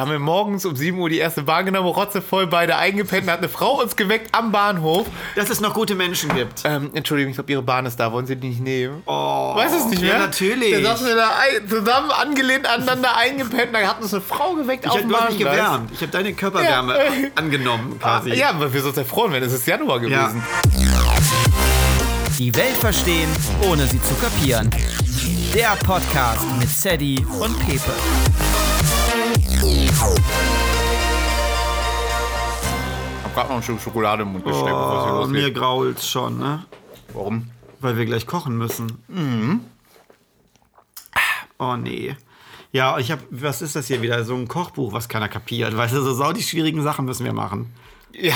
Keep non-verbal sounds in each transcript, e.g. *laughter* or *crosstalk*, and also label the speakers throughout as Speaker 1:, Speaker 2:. Speaker 1: haben wir morgens um 7 Uhr die erste Bahn genommen, rotzevoll beide eingepennt, da hat eine Frau uns geweckt am Bahnhof.
Speaker 2: Dass es noch gute Menschen gibt.
Speaker 1: Ähm, Entschuldigung, ich glaube, Ihre Bahn ist da, wollen Sie die nicht nehmen?
Speaker 2: Oh,
Speaker 1: Weiß es nicht
Speaker 2: ja,
Speaker 1: mehr?
Speaker 2: natürlich.
Speaker 1: Da saßen wir da ein, zusammen angelehnt aneinander eingepennt, da hat uns eine Frau geweckt
Speaker 2: Ich
Speaker 1: auf
Speaker 2: habe
Speaker 1: dem
Speaker 2: mich nicht
Speaker 1: Bahngleis.
Speaker 2: gewärmt. Ich habe deine Körperwärme
Speaker 1: Ja.
Speaker 2: *laughs* angenommen
Speaker 1: Ah,
Speaker 2: quasi.
Speaker 1: Ja, weil wir sonst erfroren wären, es ist Januar gewesen.
Speaker 3: Die Welt verstehen, ohne sie zu kapieren. Der Podcast mit Sadie und Pepe.
Speaker 1: Ich habe gerade noch ein Stück Schokolade im Mund gesteckt, bevor es hier
Speaker 2: Oh,
Speaker 1: losgeht.
Speaker 2: mir grault schon, ne?
Speaker 1: Warum?
Speaker 2: Weil wir gleich kochen müssen.
Speaker 3: Mhm.
Speaker 2: Oh nee. Ja, ich habe, was ist das hier wieder? So ein Kochbuch, was keiner kapiert. Weißt du, so sau die schwierigen Sachen müssen wir machen.
Speaker 1: *laughs* Ja.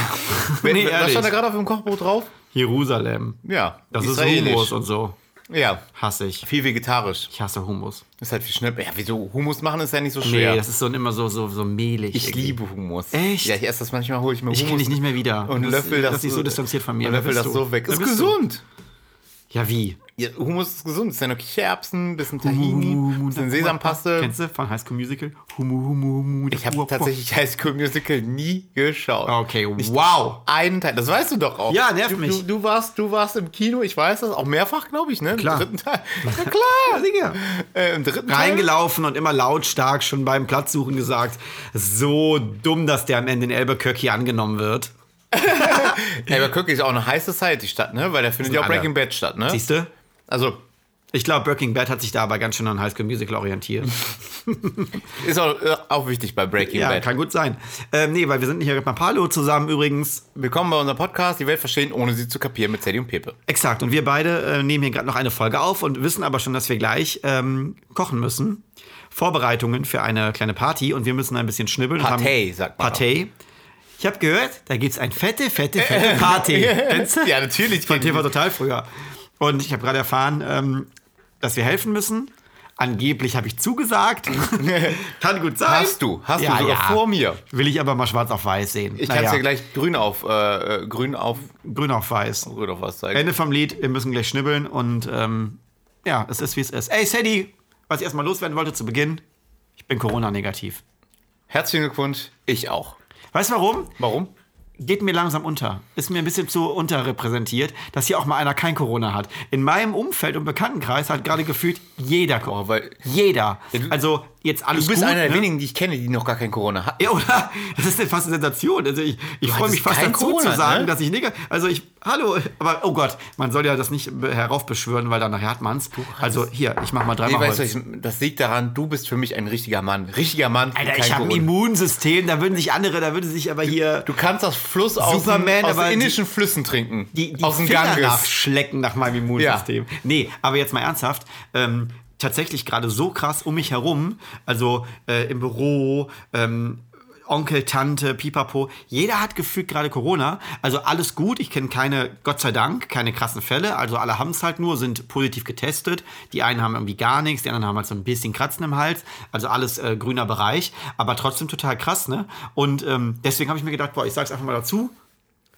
Speaker 2: Nee,
Speaker 1: Was
Speaker 2: ehrlich.
Speaker 1: stand da gerade auf dem Kochbuch drauf?
Speaker 2: Jerusalem.
Speaker 1: Ja.
Speaker 2: Das ist
Speaker 1: israelisch.
Speaker 2: Hummus und so.
Speaker 1: Ja.
Speaker 2: Hasse ich.
Speaker 1: Viel vegetarisch.
Speaker 2: Ich hasse Hummus.
Speaker 1: Ist halt viel schnell. Ja, wieso? Humus machen ist ja nicht so
Speaker 2: Nee,
Speaker 1: schwer.
Speaker 2: das ist so immer so, so, so mehlig.
Speaker 1: ich liebe Humus.
Speaker 2: Echt?
Speaker 1: Ja, ich esse das manchmal, hole ich mir
Speaker 2: Ich
Speaker 1: Humus.
Speaker 2: kenne dich nicht mehr wieder.
Speaker 1: Und löffel das,
Speaker 2: Das ist so distanziert von mir.
Speaker 1: Und löffel
Speaker 2: Wer
Speaker 1: das
Speaker 2: bist du?
Speaker 1: so weg.
Speaker 2: Wer
Speaker 1: Ist
Speaker 2: bist du?
Speaker 1: gesund.
Speaker 2: Ja, wie?
Speaker 1: Ja, Humus ist gesund. Ist ja noch Kichererbsen,
Speaker 2: Uh,
Speaker 1: bisschen Tahini, bisschen Hm, Sesampaste.
Speaker 2: Kennst du von High School Musical? Humu, humu, humu.
Speaker 1: Ich habe tatsächlich High School Musical nie geschaut.
Speaker 2: Uh, Ah, Okay,
Speaker 1: Ich-
Speaker 2: wow.
Speaker 1: Einen Teil. Das weißt du doch auch.
Speaker 2: Ja, nervt
Speaker 1: du,
Speaker 2: mich.
Speaker 1: Du, du, warst, du warst im Kino, ich weiß das, auch mehrfach, glaube ich, ne? Im
Speaker 2: Klar.
Speaker 1: dritten Teil. Ja,
Speaker 2: *laughs*
Speaker 1: klar.
Speaker 2: Digga.
Speaker 1: äh, Im dritten Teil.
Speaker 2: Reingelaufen und immer lautstark schon beim Platzsuchen gesagt, so dumm, dass der am Ende in Elberköki angenommen wird.
Speaker 1: Ja, aber Kirk ist auch eine High Society statt, ne? Weil da findet ja auch
Speaker 2: alle.
Speaker 1: Breaking Bad statt, ne?
Speaker 2: Siehst du?
Speaker 1: Also,
Speaker 2: Ich glaube, Breaking Bad hat sich da aber ganz schön an High School
Speaker 1: *laughs*
Speaker 2: Musical orientiert.
Speaker 1: ist auch, äh, auch wichtig bei Breaking
Speaker 2: ja,
Speaker 1: Bad.
Speaker 2: kann gut sein. Ähm, nee, weil wir sind nicht hier mit Palo zusammen übrigens.
Speaker 1: Willkommen bei unserem Podcast, die Welt verstehen, ohne sie zu kapieren, mit Sadie und Pepe. *laughs*
Speaker 2: Exakt. Und wir beide äh, nehmen hier gerade noch eine Folge auf und wissen aber schon, dass wir gleich ähm, kochen müssen. Vorbereitungen für eine kleine Party und wir müssen ein bisschen schnibbeln. und
Speaker 1: Partei,
Speaker 2: haben-
Speaker 1: sagt man
Speaker 2: Partei. Ich habe gehört, da gibt es ein
Speaker 1: *laughs*
Speaker 2: fette, fette, fette Party. Kennst du?
Speaker 1: Ja, natürlich.
Speaker 2: Von
Speaker 1: kennen
Speaker 2: TV Total früher. Und ich habe gerade erfahren, ähm, dass wir helfen müssen. Angeblich habe
Speaker 1: *laughs*
Speaker 2: ich zugesagt. Kann gut sein.
Speaker 1: Hast du, hast du sogar vor mir.
Speaker 2: Will ich aber mal schwarz auf weiß sehen.
Speaker 1: Ich kann es dir gleich grün auf, äh, äh, grün auf,
Speaker 2: grün auf weiß.
Speaker 1: grün auf was zeigen.
Speaker 2: Ende vom Lied, wir müssen gleich schnibbeln und ähm, ja, es ist wie es ist. Ey, Sadie, was ich erstmal loswerden wollte zu Beginn, ich bin Corona-negativ.
Speaker 1: Herzlichen Glückwunsch, ich auch.
Speaker 2: Weißt du warum?
Speaker 1: Warum?
Speaker 2: Geht mir langsam unter. Ist mir ein bisschen zu unterrepräsentiert, dass hier auch mal einer kein Corona hat. In meinem Umfeld und Bekanntenkreis hat gerade gefühlt jeder Corona.
Speaker 1: weil-
Speaker 2: jeder.
Speaker 1: du-
Speaker 2: Also jetzt alles
Speaker 1: Du bist
Speaker 2: gut,
Speaker 1: einer der
Speaker 2: ne?
Speaker 1: wenigen, die ich kenne, die noch gar kein Corona hatten.
Speaker 2: Ja, oder? Das ist fast eine Sensation. Also ich, ich freue mich
Speaker 1: hattest
Speaker 2: fast
Speaker 1: kein
Speaker 2: dazu
Speaker 1: Corona,
Speaker 2: zu sagen,
Speaker 1: ne?
Speaker 2: dass ich nega. Also ich, hallo, aber oh Gott, man soll ja das nicht be- heraufbeschwören, weil dann nachher hat man's. Also hier, ich mach mal
Speaker 1: Nee,
Speaker 2: dreimal
Speaker 1: weißt
Speaker 2: Holz.
Speaker 1: du, ich, das liegt daran, du bist für mich ein richtiger Mann. Richtiger Mann.
Speaker 2: Alter,
Speaker 1: kein
Speaker 2: ich habe ein
Speaker 1: Corona.
Speaker 2: Immunsystem, da würden sich andere, da würde sich aber hier
Speaker 1: Du kannst das Fluss aus,
Speaker 2: Superman,
Speaker 1: den, aus
Speaker 2: aber
Speaker 1: den
Speaker 2: die-
Speaker 1: indischen Flüssen trinken.
Speaker 2: die, die
Speaker 1: aus dem
Speaker 2: Finger
Speaker 1: Ganges.
Speaker 2: nachschlecken nach meinem Immunsystem. Nee, aber jetzt mal ernsthaft. Ähm, tatsächlich gerade so krass um mich herum, also äh, im Büro, ähm, Onkel, Tante, Pipapo, jeder hat gefühlt gerade Corona. Also alles gut, ich kenne keine, Gott sei Dank, keine krassen Fälle. Also alle haben es halt nur, sind positiv getestet. Die einen haben irgendwie gar nichts, die anderen haben halt so ein bisschen Kratzen im Hals. Also alles äh, grüner Bereich, aber trotzdem total krass, ne? Und ähm, deswegen habe ich mir gedacht, boah, ich sag's einfach mal dazu,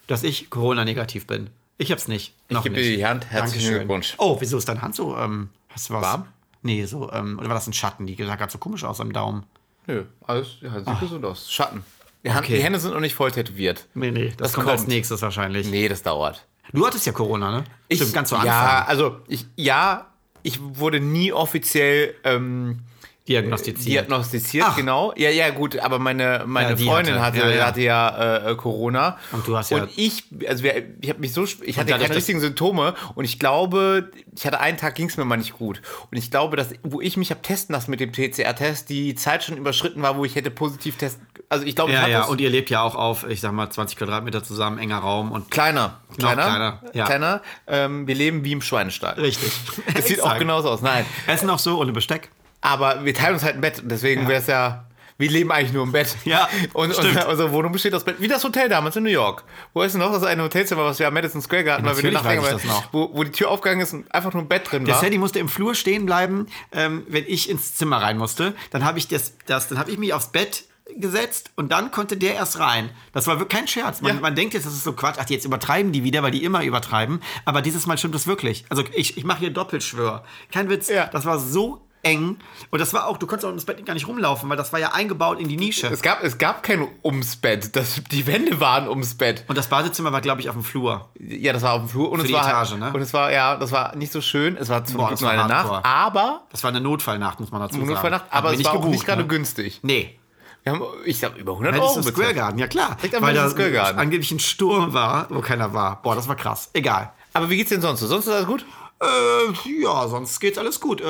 Speaker 2: dass ich Corona-negativ bin. Ich hab's nicht. Noch
Speaker 1: geb dir
Speaker 2: nicht.
Speaker 1: die Hand. Herzlichen
Speaker 2: Dankeschön.
Speaker 1: Glückwunsch.
Speaker 2: Oh, wieso ist deine Hand so? Ähm, hast du was?
Speaker 1: Warm?
Speaker 2: Nee, so, ähm, oder war das ein Schatten? Die sah gerade so komisch aus am Daumen.
Speaker 1: Nö, alles ja, sieht gesund aus. Schatten. Die, Hand, die Hände sind noch nicht voll tätowiert.
Speaker 2: Nee, nee, das, kommt, als nächstes wahrscheinlich.
Speaker 1: Nee, das dauert.
Speaker 2: Du hattest ja Corona, ne? Stimmt, ganz zu Anfang.
Speaker 1: Ja, also ich, ja, ich wurde nie offiziell ähm,
Speaker 2: diagnostiziert.
Speaker 1: diagnostiziert,
Speaker 2: Ach.
Speaker 1: genau. Ja, ja, gut, aber meine, meine
Speaker 2: Ja, die
Speaker 1: Freundin
Speaker 2: hatte-
Speaker 1: hatte, hatte
Speaker 2: ja, ja.
Speaker 1: ja, äh, äh, Corona.
Speaker 2: Und du hast ja-
Speaker 1: Und ich, also wir, ich habe mich so, sp- ich hatte
Speaker 2: dadurch,
Speaker 1: keine
Speaker 2: dass-
Speaker 1: richtigen Symptome und ich glaube, ich hatte einen Tag, ging es mir mal nicht gut. Und ich glaube, dass, wo ich mich habe testen lassen mit dem PCR-Test, die Zeit schon überschritten war, wo ich hätte positiv testen. Also ich glaube, ich
Speaker 2: ja,
Speaker 1: hatte
Speaker 2: ja,
Speaker 1: es-
Speaker 2: und ihr lebt ja auch auf, ich sag mal, 20 Quadratmeter zusammen, enger Raum und
Speaker 1: kleiner,
Speaker 2: Noch
Speaker 1: kleiner,
Speaker 2: Genau, kleiner,
Speaker 1: kleiner.
Speaker 2: ja.
Speaker 1: Ähm, wir leben wie im Schweinestall. *laughs*
Speaker 2: *laughs* Richtig.
Speaker 1: Es sieht auch genau-
Speaker 2: Exakt.
Speaker 1: genauso aus. Nein,
Speaker 2: Essen auch so, ohne Besteck.
Speaker 1: aber wir teilen uns halt ein Bett. Deswegen wäre es ja. Wir leben eigentlich nur im Bett.
Speaker 2: Ja,
Speaker 1: *laughs* Und
Speaker 2: stimmt.
Speaker 1: unsere, unsere Wohnung besteht aus Bett. Wie das Hotel damals in New York. Wo ist denn noch das eine Hotelzimmer, was wir am Madison Square Garden, weil wir
Speaker 2: natürlich
Speaker 1: nachher-
Speaker 2: weiß ich das noch.
Speaker 1: Wo, wo die Tür aufgegangen ist und einfach nur ein Bett drin
Speaker 2: Der
Speaker 1: war.
Speaker 2: Sadie musste im Flur stehen bleiben, ähm, wenn ich ins Zimmer rein musste. Dann habe ich das, das dann habe ich mich aufs Bett gesetzt und dann konnte der erst rein. Das war wirklich kein Scherz. Man,
Speaker 1: Ja.
Speaker 2: man denkt jetzt, das ist so Quatsch. Ach, jetzt übertreiben die wieder, weil die immer übertreiben. Aber dieses Mal stimmt das wirklich. Also ich, ich mache hier Doppelschwör. Kein Witz.
Speaker 1: Ja.
Speaker 2: Das war so eng. Und das war auch, du konntest auch ums Bett gar nicht rumlaufen, weil das war ja eingebaut in die Nische.
Speaker 1: Es gab, es gab kein ums Bett. Das, die Wände waren ums Bett.
Speaker 2: Und das Badezimmer war, glaube ich, auf dem Flur.
Speaker 1: Ja, das war auf dem Flur. Und
Speaker 2: Für
Speaker 1: es
Speaker 2: die
Speaker 1: war, halt
Speaker 2: Etage, ne?
Speaker 1: Und es war, ja, das war nicht so schön. Es war zum
Speaker 2: Boah,
Speaker 1: Glück
Speaker 2: das
Speaker 1: nur
Speaker 2: war
Speaker 1: eine
Speaker 2: hardcore.
Speaker 1: Nacht. Aber,
Speaker 2: Das war eine Notfallnacht, muss man dazu sagen.
Speaker 1: Notfallnacht,
Speaker 2: Hatten
Speaker 1: aber
Speaker 2: wir
Speaker 1: es war auch
Speaker 2: gebucht,
Speaker 1: nicht gerade
Speaker 2: ne?
Speaker 1: günstig.
Speaker 2: Nee.
Speaker 1: Wir haben, ich glaube, über 100 Euro
Speaker 2: Madison
Speaker 1: bezahlt.
Speaker 2: Square Garden, ja klar.
Speaker 1: Direkt am
Speaker 2: Weil da
Speaker 1: Madison Square Garden.
Speaker 2: angeblich ein Sturm war, wo keiner war. Boah, das war krass. Egal.
Speaker 1: Aber wie geht's denn sonst so? Sonst ist alles gut?
Speaker 2: Äh, ja, sonst geht's alles gut. Äh,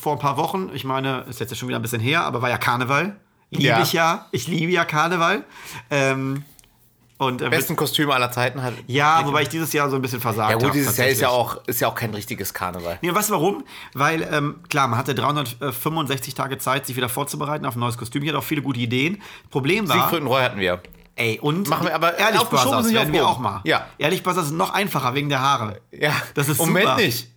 Speaker 2: vor ein paar Wochen, ich meine, ist jetzt ja schon wieder ein bisschen her, aber war ja Karneval. Liebe
Speaker 1: Ja.
Speaker 2: ich ja. Ich liebe ja Karneval. Ähm, und äh,
Speaker 1: Besten Kostüme aller Zeiten hat.
Speaker 2: ja, wobei ich dieses Jahr so ein bisschen versagt
Speaker 1: Ja
Speaker 2: habe.
Speaker 1: gut, dieses Jahr ist
Speaker 2: tatsächlich.
Speaker 1: ja auch, ist ja auch kein richtiges Karneval.
Speaker 2: Nee, weißt du warum? Weil, ähm, klar, man hatte 365 Tage Zeit, sich wieder vorzubereiten auf ein neues Kostüm. Ich hatte auch viele gute Ideen. Problem war.
Speaker 1: Siegfried und Roy hatten wir.
Speaker 2: Ey, und
Speaker 1: Machen wir aber-
Speaker 2: ehrlich
Speaker 1: aufgeschoben
Speaker 2: Brothers
Speaker 1: sind die
Speaker 2: werden wir auch
Speaker 1: aufgehoben.
Speaker 2: mal.
Speaker 1: Ja.
Speaker 2: Ehrlich Brothers ist noch einfacher wegen der Haare.
Speaker 1: Ja,
Speaker 2: Das ist
Speaker 1: Moment
Speaker 2: super.
Speaker 1: nicht.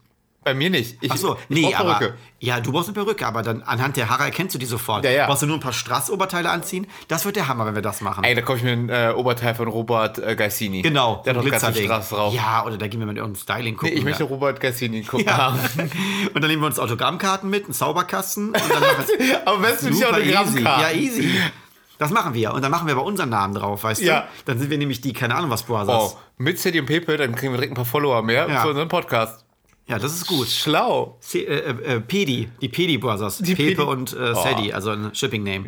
Speaker 1: Bei mir nicht. Ich,
Speaker 2: Ach so,
Speaker 1: ich
Speaker 2: nee,
Speaker 1: brauch
Speaker 2: aber
Speaker 1: Perücke.
Speaker 2: ja, du brauchst eine Perücke, aber dann anhand der Haare erkennst du die sofort.
Speaker 1: Ja, ja.
Speaker 2: Brauchst du nur ein paar Straßoberteile anziehen? Das wird der Hammer, wenn wir das machen.
Speaker 1: Ey, da kaufe ich mir ein äh, Oberteil von Robert äh, Gaisini.
Speaker 2: genau,
Speaker 1: Der hat
Speaker 2: ein
Speaker 1: doch ganz viel
Speaker 2: Glitzerding.
Speaker 1: Straß drauf.
Speaker 2: Ja, oder da gehen wir mit irgendeinem Styling gucken.
Speaker 1: Nee, ich möchte
Speaker 2: ja.
Speaker 1: Robert Gaisini gucken
Speaker 2: Ja.
Speaker 1: haben. *laughs*
Speaker 2: *laughs* Und dann nehmen wir uns Autogrammkarten mit, einen Zauberkasten und
Speaker 1: *laughs*
Speaker 2: dann machen wir
Speaker 1: Aber besten nicht
Speaker 2: Super easy.
Speaker 1: Autogrammkarten.
Speaker 2: Ja, easy. Das machen wir. Und dann machen wir aber unseren Namen drauf, weißt
Speaker 1: Ja.
Speaker 2: du? Dann sind wir nämlich die, keine Ahnung, was Brothers.
Speaker 1: Oh, mit City und Pepe, dann kriegen wir direkt ein paar Follower mehr
Speaker 2: Ja. Oh,
Speaker 1: für unseren Podcast.
Speaker 2: Ja, das ist gut.
Speaker 1: Schlau.
Speaker 2: C äh, äh, äh, Pedi, die Pedi Brothers,
Speaker 1: Die Oh.
Speaker 2: Pepe
Speaker 1: Pedi-
Speaker 2: und äh, Sadie, also ein Shipping Name.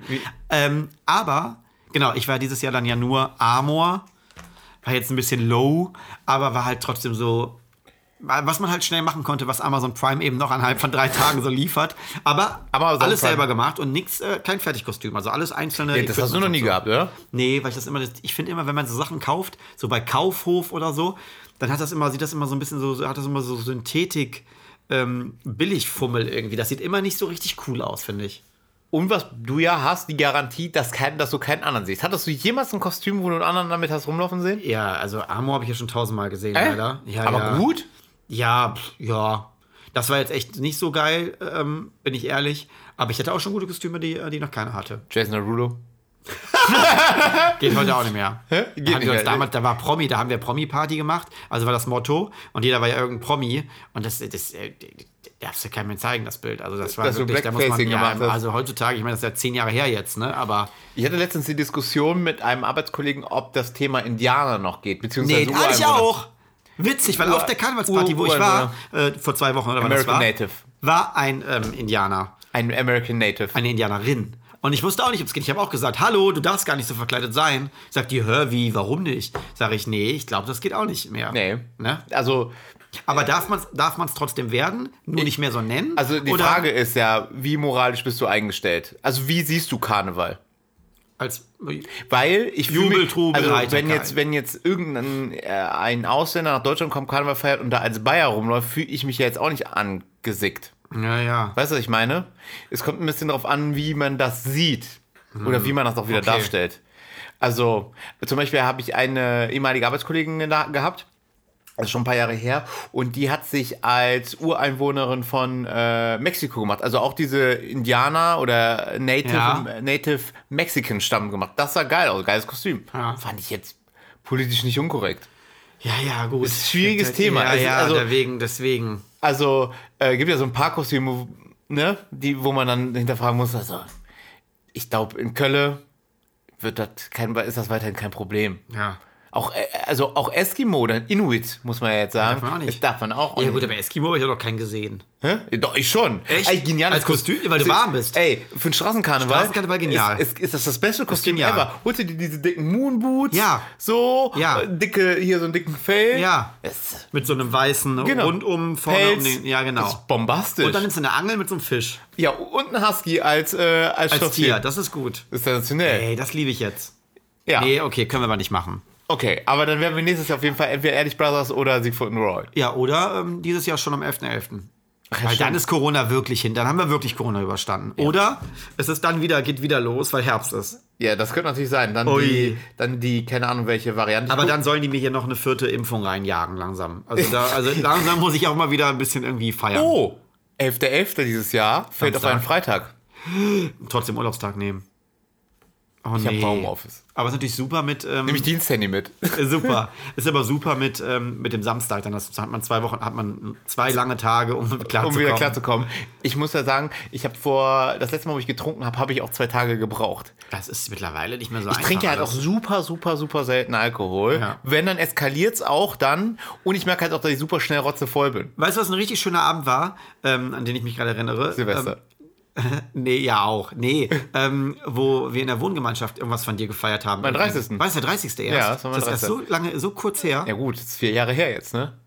Speaker 2: Ähm, aber genau, ich war dieses Jahr dann ja nur Amor, war jetzt ein bisschen low, aber war halt trotzdem so, war- was man halt schnell machen konnte, was Amazon Prime eben noch anhalb von drei Tagen so liefert. Aber,
Speaker 1: Amazon
Speaker 2: alles
Speaker 1: Prime.
Speaker 2: selber gemacht und nichts, äh, kein Fertigkostüm, also alles einzelne.
Speaker 1: Ja, das hast du noch nie
Speaker 2: Equipment und so.
Speaker 1: gehabt, oder?
Speaker 2: Nee, weil ich das immer, ich finde immer, wenn man so Sachen kauft, so bei Kaufhof oder so, dann hat das immer, sieht das immer so ein bisschen so, hat das immer so Synthetik, ähm, Billigfummel irgendwie. Das sieht immer nicht so richtig cool aus, finde ich.
Speaker 1: Und was du ja hast, die Garantie, dass, kein, dass du keinen anderen siehst. Hattest du jemals ein Kostüm, wo du einen anderen damit hast rumlaufen sehen?
Speaker 2: Ja, also Amor habe ich ja schon tausendmal gesehen,
Speaker 1: Äh?
Speaker 2: leider. Ja,
Speaker 1: Aber
Speaker 2: ja.
Speaker 1: gut?
Speaker 2: Ja, pf, ja. Das war jetzt echt nicht so geil, ähm, bin ich ehrlich. Aber ich hatte auch schon gute Kostüme, die, äh, die noch keiner hatte.
Speaker 1: Jason Derulo.
Speaker 2: Geht heute auch nicht mehr. Hä?
Speaker 1: Geht
Speaker 2: Haben
Speaker 1: nicht
Speaker 2: wir
Speaker 1: mehr.
Speaker 2: uns damals, da war Promi, da haben wir Promi-Party gemacht. Also war das Motto. Und jeder war ja irgendein Promi. Und das, das, äh, darfst du keinem mehr zeigen, das Bild. Also das war
Speaker 1: Dass du
Speaker 2: wirklich, da muss man
Speaker 1: Blackfacing
Speaker 2: ja,
Speaker 1: gemacht hast.
Speaker 2: also heutzutage, ich meine, das ist ja zehn Jahre her jetzt, ne? Aber
Speaker 1: Ich hatte letztens die Diskussion mit einem Arbeitskollegen, ob das Thema Indianer noch geht. Beziehungsweise
Speaker 2: nee, da ich
Speaker 1: Ureinwohner.
Speaker 2: auch. Witzig, weil
Speaker 1: Ur-
Speaker 2: auf der Karnevalsparty, wo ich war, äh, vor zwei Wochen oder wann das
Speaker 1: American
Speaker 2: war,
Speaker 1: Native.
Speaker 2: war ein ähm, Indianer.
Speaker 1: Ein American Native.
Speaker 2: eine Indianerin. Und ich wusste auch nicht, ob es geht. Ich habe auch gesagt, hallo, du darfst gar nicht so verkleidet sein. Sagt die, hör, wie, warum nicht? Sage ich, nee, ich glaube, das geht auch nicht mehr.
Speaker 1: Nee.
Speaker 2: Ne?
Speaker 1: Also,
Speaker 2: Aber darf man es darf man's trotzdem werden, nur nicht mehr so nennen?
Speaker 1: also die
Speaker 2: Oder
Speaker 1: Frage ist ja, wie moralisch bist du eingestellt? Also, wie siehst du Karneval?
Speaker 2: Als,
Speaker 1: Weil ich fühl
Speaker 2: Jubel,
Speaker 1: mich-
Speaker 2: Trubel,
Speaker 1: also wenn
Speaker 2: Heiterkeit.
Speaker 1: jetzt, wenn jetzt irgendein äh, ein Ausländer nach Deutschland kommt, Karneval feiert und da als Bayer rumläuft, fühle ich mich ja jetzt auch nicht angesickt.
Speaker 2: ja, ja.
Speaker 1: Weißt du, was ich meine? Es kommt ein bisschen darauf an, wie man das sieht oder wie man das auch wieder
Speaker 2: Hm. okay.
Speaker 1: darstellt. Also, zum Beispiel habe ich eine ehemalige Arbeitskollegin gena- gehabt, also schon ein paar Jahre her, und die hat sich als Ureinwohnerin von äh, Mexiko gemacht. Also auch diese Indianer oder Native,
Speaker 2: Ja.
Speaker 1: äh, Native Mexican Stamm gemacht. Das sah geil aus, geiles Kostüm.
Speaker 2: Ja.
Speaker 1: Fand ich jetzt politisch nicht unkorrekt.
Speaker 2: Ja, ja, gut.
Speaker 1: Ist ein schwieriges Thema.
Speaker 2: Ja,
Speaker 1: Es ist
Speaker 2: ja,
Speaker 1: also-
Speaker 2: deswegen, deswegen.
Speaker 1: Also, äh, gibt ja so ein paar Kostüme, wo- ne, die, wo man dann hinterfragen muss, also, ich glaube, in Köln wird das kein, ist das weiterhin kein Problem.
Speaker 2: Ja.
Speaker 1: Auch, äh, also auch Eskimo oder Inuit, muss man ja jetzt sagen.
Speaker 2: darf man auch nicht.
Speaker 1: Das darf man auch
Speaker 2: Ja,
Speaker 1: nicht.
Speaker 2: gut, aber Eskimo habe ich auch noch keinen gesehen.
Speaker 1: Hä? Doch, ich schon.
Speaker 2: Echt?
Speaker 1: Ey, geniales
Speaker 2: Als Kostüm, weil du warm bist.
Speaker 1: Ey, für einen Straßenkarneval.
Speaker 2: Straßenkarneval genial.
Speaker 1: Ist, ist, ist das das beste Kostüm
Speaker 2: genial.
Speaker 1: ever? Holst du dir diese dicken Moonboots?
Speaker 2: Ja.
Speaker 1: So,
Speaker 2: Ja.
Speaker 1: äh, dicke, hier so einen dicken Fell.
Speaker 2: Ja.
Speaker 1: Das,
Speaker 2: Mit so einem weißen
Speaker 1: Genau.
Speaker 2: Rundum vorne.
Speaker 1: Pelz.
Speaker 2: um den- ja,
Speaker 1: das
Speaker 2: genau.
Speaker 1: ist bombastisch.
Speaker 2: Und dann nimmst du eine Angel mit so einem Fisch.
Speaker 1: ja, und ein Husky als, äh, als,
Speaker 2: Als
Speaker 1: Stofftier.
Speaker 2: Tier. Das ist gut.
Speaker 1: Das ist sensationell.
Speaker 2: Ey, das liebe ich jetzt.
Speaker 1: ja.
Speaker 2: Nee, okay, können wir aber nicht machen.
Speaker 1: Okay, aber dann werden wir nächstes Jahr auf jeden Fall entweder Ehrlich Brothers oder Siegfried und Roy.
Speaker 2: Ja, oder ähm, dieses Jahr schon am 11.11.
Speaker 1: ja,
Speaker 2: Weil dann
Speaker 1: stimmt.
Speaker 2: ist Corona wirklich hin. Dann haben wir wirklich Corona überstanden. Oder es ist dann wieder, geht wieder los, weil Herbst ist.
Speaker 1: Ja, das könnte natürlich sein. Dann,
Speaker 2: Ui.
Speaker 1: die, dann die, keine Ahnung, welche Variante. Ich
Speaker 2: Aber
Speaker 1: guck-
Speaker 2: dann sollen die mir hier noch eine vierte Impfung reinjagen, langsam.
Speaker 1: *laughs*
Speaker 2: Also, da, also langsam muss ich auch mal wieder ein bisschen irgendwie feiern.
Speaker 1: Oh, 11.11. dieses Jahr fällt auf
Speaker 2: Samstag.
Speaker 1: einen Freitag.
Speaker 2: Trotzdem Urlaubstag nehmen. Oh,
Speaker 1: Ich hab Homeoffice.
Speaker 2: Aber ist natürlich super mit. Ähm,
Speaker 1: Nehme ich Diensthandy mit. *laughs*
Speaker 2: äh, *laughs* super. Ist aber super mit, ähm, mit dem Samstag. Dann hast, hat man zwei Wochen, hat man zwei lange Tage, um klar
Speaker 1: um
Speaker 2: zu
Speaker 1: wieder
Speaker 2: kommen.
Speaker 1: klarzukommen. Ich muss ja sagen, ich habe vor, das letzte Mal, wo ich getrunken habe, habe ich auch zwei Tage gebraucht.
Speaker 2: Das ist mittlerweile nicht mehr so
Speaker 1: Ich trinke halt auch super, super, super selten Alkohol.
Speaker 2: Ja.
Speaker 1: Wenn, dann eskaliert's auch dann. Und ich merke halt auch, dass ich super schnell rotzevoll bin.
Speaker 2: Weißt du, was ein richtig schöner Abend war, ähm, an den ich mich gerade erinnere?
Speaker 1: Silvester.
Speaker 2: Ähm, nee, ja auch.
Speaker 1: *laughs*
Speaker 2: Nee, ähm, wo wir in der Wohngemeinschaft irgendwas von dir gefeiert haben.
Speaker 1: Mein 30..
Speaker 2: War es der 30. erst?
Speaker 1: Ja, das war mein
Speaker 2: das ist erst so
Speaker 1: 30..
Speaker 2: lange, so kurz her.
Speaker 1: ja gut, das ist vier Jahre her jetzt, ne?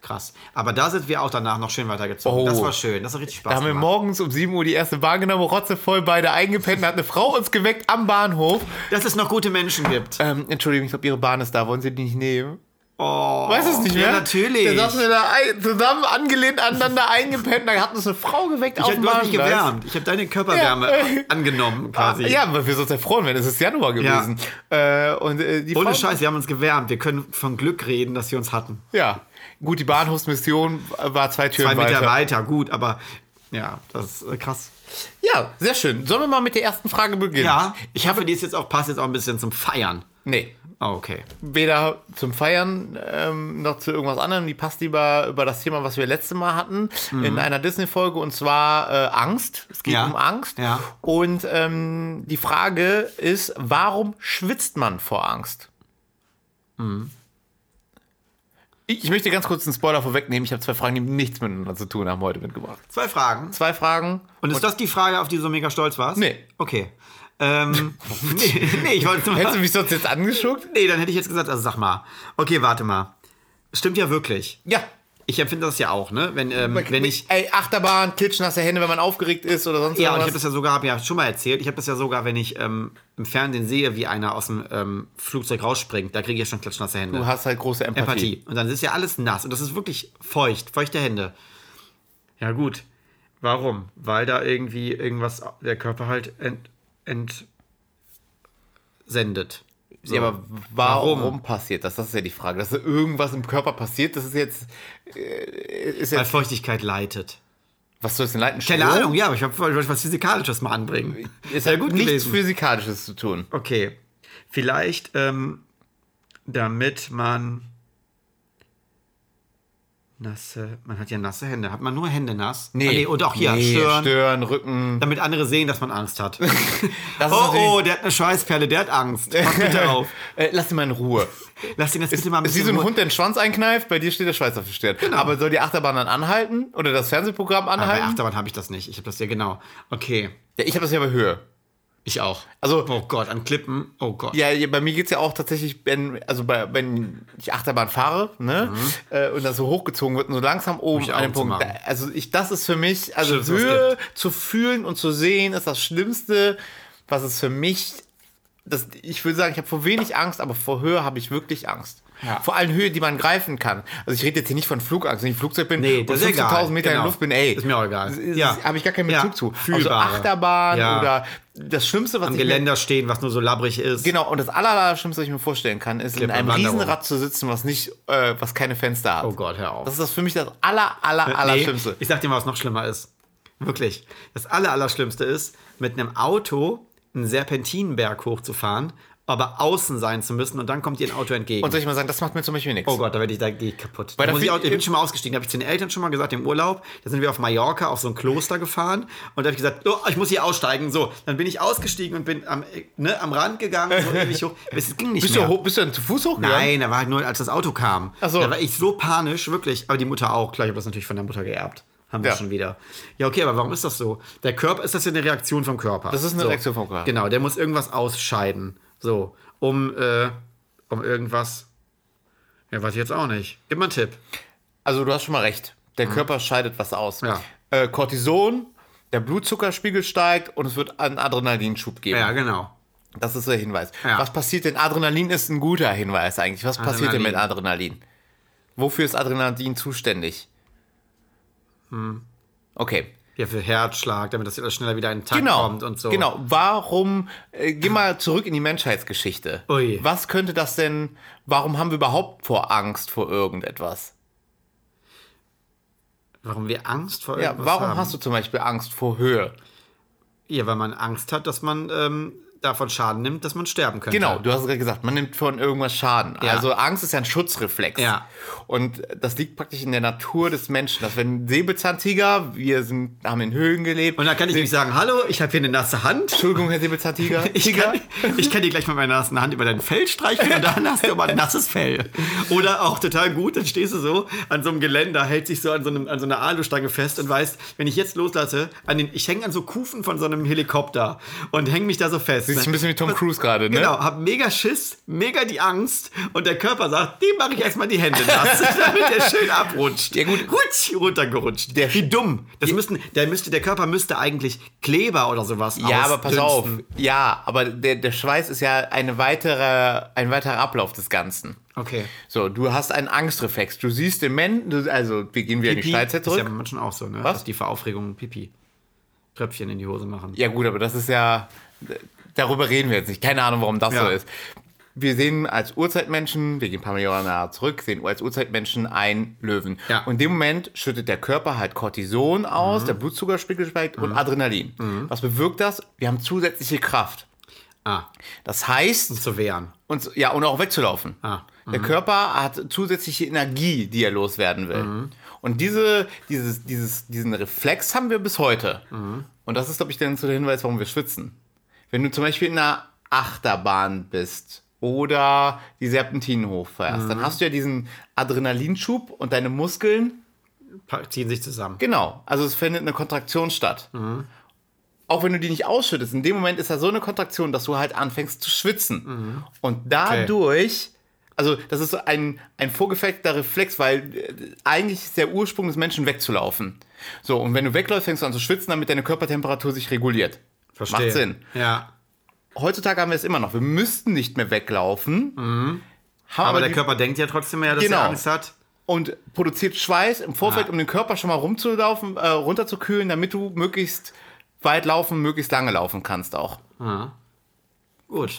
Speaker 2: Krass. Aber da sind wir auch danach noch schön weitergezogen.
Speaker 1: Oh.
Speaker 2: Das war schön. Das hat richtig Spaß
Speaker 1: Da haben wir
Speaker 2: gemacht.
Speaker 1: morgens um 7 Uhr die erste Bahn genommen, rotzevoll beide eingepennt. Da hat eine Frau uns geweckt am Bahnhof.
Speaker 2: Dass es noch gute
Speaker 1: *laughs*
Speaker 2: Menschen gibt.
Speaker 1: Ähm, Entschuldigung, ich glaube, Ihre Bahn ist da. Wollen Sie die nicht nehmen?
Speaker 2: Oh,
Speaker 1: Weiß es nicht
Speaker 2: ja,
Speaker 1: mehr?
Speaker 2: natürlich.
Speaker 1: Da saßen wir da ein, zusammen angelehnt aneinander eingepennt. Da hat uns eine Frau geweckt auf
Speaker 2: ich
Speaker 1: dem
Speaker 2: habe überhaupt nicht
Speaker 1: Bahngleis.
Speaker 2: gewärmt. Ich habe deine Körperwärme *laughs* angenommen quasi.
Speaker 1: Ah, Ja, weil wir sind uns ja froh, wenn es ist Januar gewesen. Äh, und äh, die
Speaker 2: Ohne
Speaker 1: Frau-
Speaker 2: Scheiß, wir haben uns gewärmt. Wir können von Glück reden, dass wir uns hatten.
Speaker 1: Ja. Gut, die Bahnhofsmission war zwei Türen
Speaker 2: Zwei Meter
Speaker 1: weiter.
Speaker 2: weiter, gut, aber ja, das ist äh, krass.
Speaker 1: Ja, sehr schön. Sollen wir mal mit der ersten Frage beginnen?
Speaker 2: Ja, ich hoffe, die ist jetzt auch, passt jetzt auch ein bisschen zum Feiern.
Speaker 1: Nee.
Speaker 2: Oh, okay.
Speaker 1: Weder zum Feiern ähm, noch zu irgendwas anderem. Die passt lieber über das Thema, was wir letzte Mal hatten, in einer Disney-Folge, und zwar äh, Angst. Es geht
Speaker 2: Mhm. Ja.
Speaker 1: um Angst.
Speaker 2: Ja.
Speaker 1: Und ähm, die Frage ist, warum schwitzt man vor Angst?
Speaker 2: Mhm.
Speaker 1: Ich ich möchte ganz kurz einen Spoiler vorwegnehmen. Ich habe zwei Fragen, die nichts miteinander zu tun haben, heute mitgebracht.
Speaker 2: Zwei Fragen.
Speaker 1: Zwei Fragen.
Speaker 2: Und ist das die Frage, auf die du so mega stolz warst?
Speaker 1: Nee.
Speaker 2: Okay. Ähm,
Speaker 1: *laughs*
Speaker 2: nee, nee, ich wollte
Speaker 1: Hättest
Speaker 2: mal.
Speaker 1: du mich sonst jetzt angeschuckt?
Speaker 2: Nee, dann hätte ich jetzt gesagt, also sag mal. Okay, warte mal. Stimmt ja wirklich.
Speaker 1: Ja.
Speaker 2: Ich empfinde das ja auch, ne? Wenn, ähm, wenn ich
Speaker 1: Ey, Achterbahn, klitschnasse Hände, wenn man aufgeregt ist oder sonst
Speaker 2: Ja, und ich habe
Speaker 1: irgendwas.
Speaker 2: das ja sogar, habe ja schon mal erzählt, ich habe das ja sogar, wenn ich ähm, im Fernsehen sehe, wie einer aus dem ähm, Flugzeug rausspringt, da kriege ich ja schon klatschnasse Hände.
Speaker 1: Du hast halt große Empathie.
Speaker 2: Empathie. Und dann ist ja alles nass und das ist wirklich feucht, feuchte Hände. Ja gut, warum? Weil da irgendwie irgendwas, der Körper halt ent, entsendet. So.
Speaker 1: Ja, aber warum, passiert das? Das ist ja die Frage. Dass irgendwas im Körper passiert, das ist jetzt. Äh, ist
Speaker 2: Weil
Speaker 1: jetzt
Speaker 2: Feuchtigkeit leitet.
Speaker 1: was soll es denn leiten?
Speaker 2: Keine
Speaker 1: Strom?
Speaker 2: Ahnung, ja, aber ich hab- wollte wollte was Physikalisches mal anbringen.
Speaker 1: Es
Speaker 2: Ja,
Speaker 1: hat nichts Physikalisches zu tun.
Speaker 2: Okay. Vielleicht, ähm, damit man nasse, man hat ja nasse Hände. Hat man nur Hände nass? Ah, nee und auch hier,
Speaker 1: Nee,
Speaker 2: Stirn.
Speaker 1: Stirn, Rücken.
Speaker 2: Damit andere sehen, dass man Angst hat.
Speaker 1: *laughs* Das ist
Speaker 2: oh, oh,
Speaker 1: natürlich-
Speaker 2: der hat eine Scheißperle, der hat Angst.
Speaker 1: *laughs*
Speaker 2: Pass bitte auf.
Speaker 1: Äh, lass ihn mal in Ruhe.
Speaker 2: Lass ihn das bitte mal ein
Speaker 1: Ist wie
Speaker 2: bisschen
Speaker 1: so ein
Speaker 2: Ruhe- Genau.
Speaker 1: Hund, der den Schwanz einkneift, bei dir steht der Schweiß auf der Stirn. Aber soll die Achterbahn dann anhalten? Oder das Fernsehprogramm
Speaker 2: Ah, Bei
Speaker 1: anhalten?
Speaker 2: Achterbahn habe ich das nicht. Ich habe das ja genau. Okay.
Speaker 1: ja, ich habe das ja bei Höhe.
Speaker 2: Ich auch.
Speaker 1: Also,
Speaker 2: Oh Gott, an Klippen. Oh Gott.
Speaker 1: Ja, ja, bei mir geht es ja auch tatsächlich, wenn, also bei, wenn ich Achterbahn fahre ne, äh, und das so hochgezogen wird und so langsam oben
Speaker 2: Mhm. ich
Speaker 1: an
Speaker 2: auch
Speaker 1: dem Punkt.
Speaker 2: zu machen.
Speaker 1: da- Also ich, das ist für mich, also
Speaker 2: Schlimmste, was
Speaker 1: Höhe zu fühlen und zu sehen, ist das Schlimmste, was es für mich. Das, ich würde sagen, ich habe vor wenig Angst, aber vor Höhe habe ich wirklich Angst.
Speaker 2: Ja.
Speaker 1: Vor allem Höhe, die man greifen kann. Also ich rede jetzt hier nicht von Flugangst, wenn ich im Flugzeug bin
Speaker 2: Nee,
Speaker 1: und
Speaker 2: das ist egal.
Speaker 1: 15.000 Meter in
Speaker 2: Genau.
Speaker 1: der Luft bin, ey.
Speaker 2: Ist mir auch egal. Ja.
Speaker 1: Ja. Habe ich gar keinen Bezug
Speaker 2: Ja.
Speaker 1: zu. Also
Speaker 2: Fühlbare.
Speaker 1: Achterbahn
Speaker 2: Ja.
Speaker 1: oder das Schlimmste, was ich mir-
Speaker 2: Geländer stehen, was nur so labbrig ist.
Speaker 1: Genau, und das Allerschlimmste, was ich mir vorstellen kann, ist, in einem
Speaker 2: Wanderung.
Speaker 1: Riesenrad zu sitzen, was nicht, äh, was keine Fenster hat.
Speaker 2: Oh Gott, Äh, hör auf.
Speaker 1: Das ist das für mich das aller, aller, allerschlimmste.
Speaker 2: Ich sag dir mal, was noch schlimmer ist. Wirklich. Das aller, allerschlimmste ist, mit einem Auto einen Serpentinenberg hochzufahren, aber außen sein zu müssen und dann kommt dir ein Auto entgegen.
Speaker 1: Und soll ich mal sagen, das macht mir zum Beispiel nichts.
Speaker 2: Oh Gott, da werde ich da geh ich kaputt.
Speaker 1: Weil
Speaker 2: Da
Speaker 1: da
Speaker 2: muss ich,
Speaker 1: viel-
Speaker 2: auch, ich bin schon mal ausgestiegen. Da habe ich zu den Eltern schon mal gesagt im Urlaub. Da sind wir auf Mallorca auf so ein Kloster gefahren und da habe ich gesagt, oh, ich muss hier aussteigen. So, dann bin ich ausgestiegen und bin am, äh, ne, am Rand gegangen,
Speaker 1: *laughs*
Speaker 2: so ewig hoch. Es ging nicht
Speaker 1: bist,
Speaker 2: mehr.
Speaker 1: du hoch, bist du denn zu Fuß hochgegangen?
Speaker 2: Nein, da war halt nur, als das Auto kam.
Speaker 1: Ach so.
Speaker 2: Da war ich so panisch, wirklich. Aber die Mutter auch. Klar, ich habe das natürlich von der Mutter geerbt. Haben wir
Speaker 1: Ja.
Speaker 2: schon wieder. Ja, okay, aber warum ist das so? Der Körper, ist das ja eine Reaktion vom Körper?
Speaker 1: Das ist eine
Speaker 2: so.
Speaker 1: Reaktion vom Körper.
Speaker 2: Genau, der muss irgendwas ausscheiden. So, um, äh, um irgendwas. Ja, weiß ich jetzt auch nicht. Gib mal einen Tipp.
Speaker 1: Also du hast schon mal recht. Der Körper scheidet was aus.
Speaker 2: Mhm. Ja.
Speaker 1: Äh, Cortison, der Blutzuckerspiegel steigt und es wird einen Adrenalinschub geben.
Speaker 2: Ja, genau.
Speaker 1: Das ist der Hinweis.
Speaker 2: Ja.
Speaker 1: Was passiert denn? Adrenalin ist ein guter Hinweis eigentlich. Was passiert denn mit Adrenalin? Wofür ist Adrenalin zuständig?
Speaker 2: Hm.
Speaker 1: Okay.
Speaker 2: Ja, für Herzschlag, damit das alles schneller wieder in den Takt
Speaker 1: genau,
Speaker 2: kommt und so.
Speaker 1: Genau, warum, äh, geh mal zurück in die Menschheitsgeschichte.
Speaker 2: Ui.
Speaker 1: Was könnte das denn, warum haben wir überhaupt vor Angst vor irgendetwas?
Speaker 2: Warum wir Angst vor
Speaker 1: Ja,
Speaker 2: irgendwas
Speaker 1: warum
Speaker 2: haben.
Speaker 1: hast du zum Beispiel Angst vor Höhe?
Speaker 2: Ja, weil man Angst hat, dass man ähm, davon Schaden nimmt, dass man sterben könnte.
Speaker 1: Genau, du hast es gerade gesagt, man nimmt von irgendwas Schaden.
Speaker 2: Ja.
Speaker 1: Also Angst ist ja ein Schutzreflex.
Speaker 2: Ja.
Speaker 1: Und das liegt praktisch in der Natur des Menschen, dass wenn Säbelzahntiger, wir sind, haben in Höhlen gelebt.
Speaker 2: Und dann kann ich nämlich sagen, hallo, ich habe hier eine nasse Hand.
Speaker 1: Entschuldigung, Herr Säbelzahntiger.
Speaker 2: *laughs* Ich kann, ich kann dir gleich mit meiner nassen Hand über dein Fell streichen und dann hast du aber ein nasses Fell. Oder auch total gut, dann stehst du so an so einem Geländer, hält sich so an so, einem, an so einer Alustange fest und weißt, wenn ich jetzt loslasse, an den, ich hänge an so Kufen von so einem Helikopter und hänge mich da so fest.
Speaker 1: Siehst du ein bisschen wie Tom Cruise gerade, ne?
Speaker 2: Genau, hab mega Schiss, mega die Angst und der Körper sagt, dem mache ich erstmal die Hände nass, *laughs* damit der schön abrutscht.
Speaker 1: Ja, gut.
Speaker 2: Rutsch, runtergerutscht.
Speaker 1: Der-
Speaker 2: Wie dumm. Das müssten, der, müsste, der Körper müsste eigentlich Kleber oder sowas
Speaker 1: Ja, aber pass auf.
Speaker 2: ausdünsten.
Speaker 1: Ja, aber der, der Schweiß ist ja eine weitere, ein weiterer Ablauf des Ganzen.
Speaker 2: Okay.
Speaker 1: So, du hast einen Angstreflex. Du siehst den Menschen, du- also wir gehen wieder in die Steinzeit
Speaker 2: ist ja bei
Speaker 1: zurück.
Speaker 2: Menschen auch so, ne?
Speaker 1: Was?
Speaker 2: Dass die vor Aufregung Pipi Tröpfchen in die Hose machen.
Speaker 1: Ja gut, aber das ist ja, darüber reden wir jetzt nicht. Keine Ahnung, warum das
Speaker 2: Ja.
Speaker 1: so ist. Wir sehen als Urzeitmenschen, wir gehen ein paar Millionen Jahre zurück, sehen als Urzeitmenschen einen Löwen.
Speaker 2: Ja. Mhm.
Speaker 1: Und in dem Moment schüttet der Körper halt Cortison aus, der Blutzuckerspiegel steigt und Adrenalin. Was bewirkt das? Wir haben zusätzliche Kraft.
Speaker 2: Ah, um
Speaker 1: Das heißt,
Speaker 2: zu wehren.
Speaker 1: Und, so- ja, und auch wegzulaufen.
Speaker 2: Ah,
Speaker 1: Der Körper hat zusätzliche Energie, die er loswerden will. Und diese, dieses, dieses, diesen Reflex haben wir bis heute. Und das ist, glaube ich, dann so der Hinweis, warum wir schwitzen. Wenn du zum Beispiel in einer Achterbahn bist oder die Serpentinen hochfährst, dann hast du ja diesen Adrenalinschub und deine Muskeln
Speaker 2: Pa- Ziehen sich zusammen.
Speaker 1: Genau, also es findet eine Kontraktion statt. Auch wenn du die nicht ausschüttest, in dem Moment ist da so eine Kontraktion, dass du halt anfängst zu schwitzen. Und dadurch, also das ist so ein, ein vorgefeckter Reflex, weil äh, eigentlich ist der Ursprung des Menschen wegzulaufen. So, und wenn du wegläufst, fängst du an zu schwitzen, damit deine Körpertemperatur sich reguliert.
Speaker 2: Verstehe.
Speaker 1: Macht Sinn.
Speaker 2: Ja.
Speaker 1: Heutzutage haben wir es immer noch. Wir müssten nicht mehr weglaufen. Haben
Speaker 2: Mhm. Aber, der
Speaker 1: die-
Speaker 2: Körper denkt ja trotzdem ja, dass
Speaker 1: Genau.
Speaker 2: er Angst hat.
Speaker 1: und produziert Schweiß im Vorfeld,
Speaker 2: Ah.
Speaker 1: um den Körper schon mal rumzulaufen, äh, runterzukühlen, damit du möglichst weit laufen, möglichst lange laufen kannst auch. Mhm.
Speaker 2: Gut.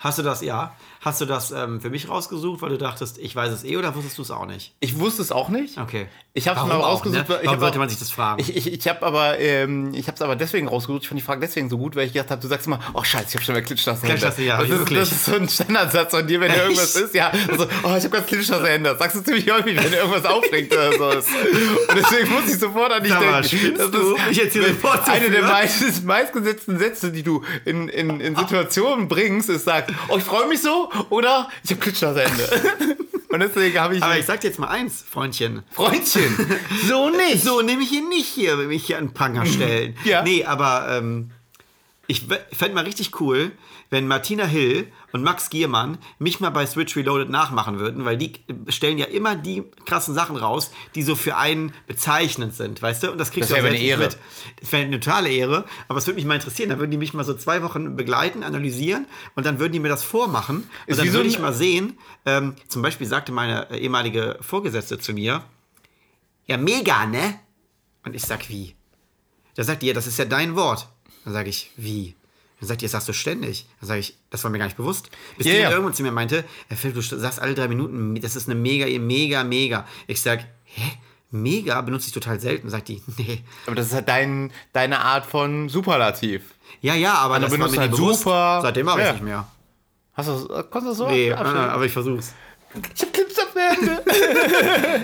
Speaker 2: Hast du das, ja? Hast du das ähm, für mich rausgesucht, weil du dachtest, ich weiß es eh oder wusstest du es auch nicht?
Speaker 1: Ich wusste es auch nicht.
Speaker 2: Okay.
Speaker 1: Ich habe es
Speaker 2: Warum
Speaker 1: mal
Speaker 2: auch,
Speaker 1: rausgesucht.
Speaker 2: ne?
Speaker 1: weil ich
Speaker 2: Warum
Speaker 1: hab
Speaker 2: sollte
Speaker 1: auch-
Speaker 2: man sich das fragen?
Speaker 1: Ich, ich, ich habe aber, ähm, ich hab's aber deswegen rausgesucht. Ich fand die Frage deswegen so gut, weil ich gedacht habe, du sagst immer, oh Scheiße, ich habe schon mal Klitschnasse
Speaker 2: Klitschnasse, ja,
Speaker 1: das, ist,
Speaker 2: wirklich.
Speaker 1: das ist so ein Standardsatz von dir, wenn dir irgendwas
Speaker 2: Echt?
Speaker 1: ist. Ja, also, oh, ich habe ganz Klitschnasse Hände. Das sagst du ziemlich häufig, wenn dir irgendwas aufregt oder
Speaker 2: *laughs*
Speaker 1: so. Und deswegen muss ich sofort an dich
Speaker 2: Sag mal,
Speaker 1: denken.
Speaker 2: spinnst du? Ich erzähle sofort so
Speaker 1: Eine der
Speaker 2: viel.
Speaker 1: meist, meistgesetzten Sätze, die du in, in, in Situationen bringst, ist, sagt, oh, ich freue mich so oder ich habe Klitschnasse
Speaker 2: *laughs*
Speaker 1: Hände. Und deswegen habe ich,
Speaker 2: Aber ich sag dir jetzt mal eins, Freundchen.
Speaker 1: Freundchen, so nicht. Mhm.
Speaker 2: So, nehme ich ihn nicht hier, wenn mich hier an den Pranger stellen.
Speaker 1: Ja.
Speaker 2: Nee, aber ähm, ich fände mal richtig cool, wenn Martina Hill und Max Giermann mich mal bei Switch Reloaded nachmachen würden, weil die äh, stellen ja immer die krassen Sachen raus, die so für einen bezeichnend sind, weißt du? Und das kriegst
Speaker 1: Das
Speaker 2: du
Speaker 1: wäre eine
Speaker 2: auch selbst
Speaker 1: Ehre.
Speaker 2: nicht mit. Das wäre eine totale Ehre, aber es würde mich mal interessieren. Da würden die mich mal so zwei Wochen begleiten, analysieren und dann würden die mir das vormachen. Und
Speaker 1: Ist
Speaker 2: dann
Speaker 1: wie so ein-
Speaker 2: würde ich mal sehen, ähm, zum Beispiel sagte meine äh, ehemalige Vorgesetzte zu mir, ja, mega, ne? Und ich sag, wie? Da sagt ihr, das ist ja dein Wort. Dann sage ich, wie? Dann sagt ihr, das sagst du ständig. Dann sage ich, das war mir gar nicht bewusst. Bis
Speaker 1: Ja,
Speaker 2: die
Speaker 1: ja.
Speaker 2: irgendwann zu mir meinte, Herr Philipp, du sagst alle drei Minuten, das ist eine mega, mega, mega. Ich sag, hä? Mega benutze ich total selten, sagt die. *laughs* Nee.
Speaker 1: Aber das ist halt dein, deine Art von Superlativ.
Speaker 2: Ja, ja, aber das war
Speaker 1: benutzt
Speaker 2: mir
Speaker 1: halt
Speaker 2: nicht bewusst.
Speaker 1: super.
Speaker 2: Seitdem mache ich
Speaker 1: Ja.
Speaker 2: nicht mehr.
Speaker 1: Hast du das, konntest du das so?
Speaker 2: Nee,
Speaker 1: abschließen?
Speaker 2: äh, aber ich versuch's.
Speaker 1: ich hab Clips auf der Hände.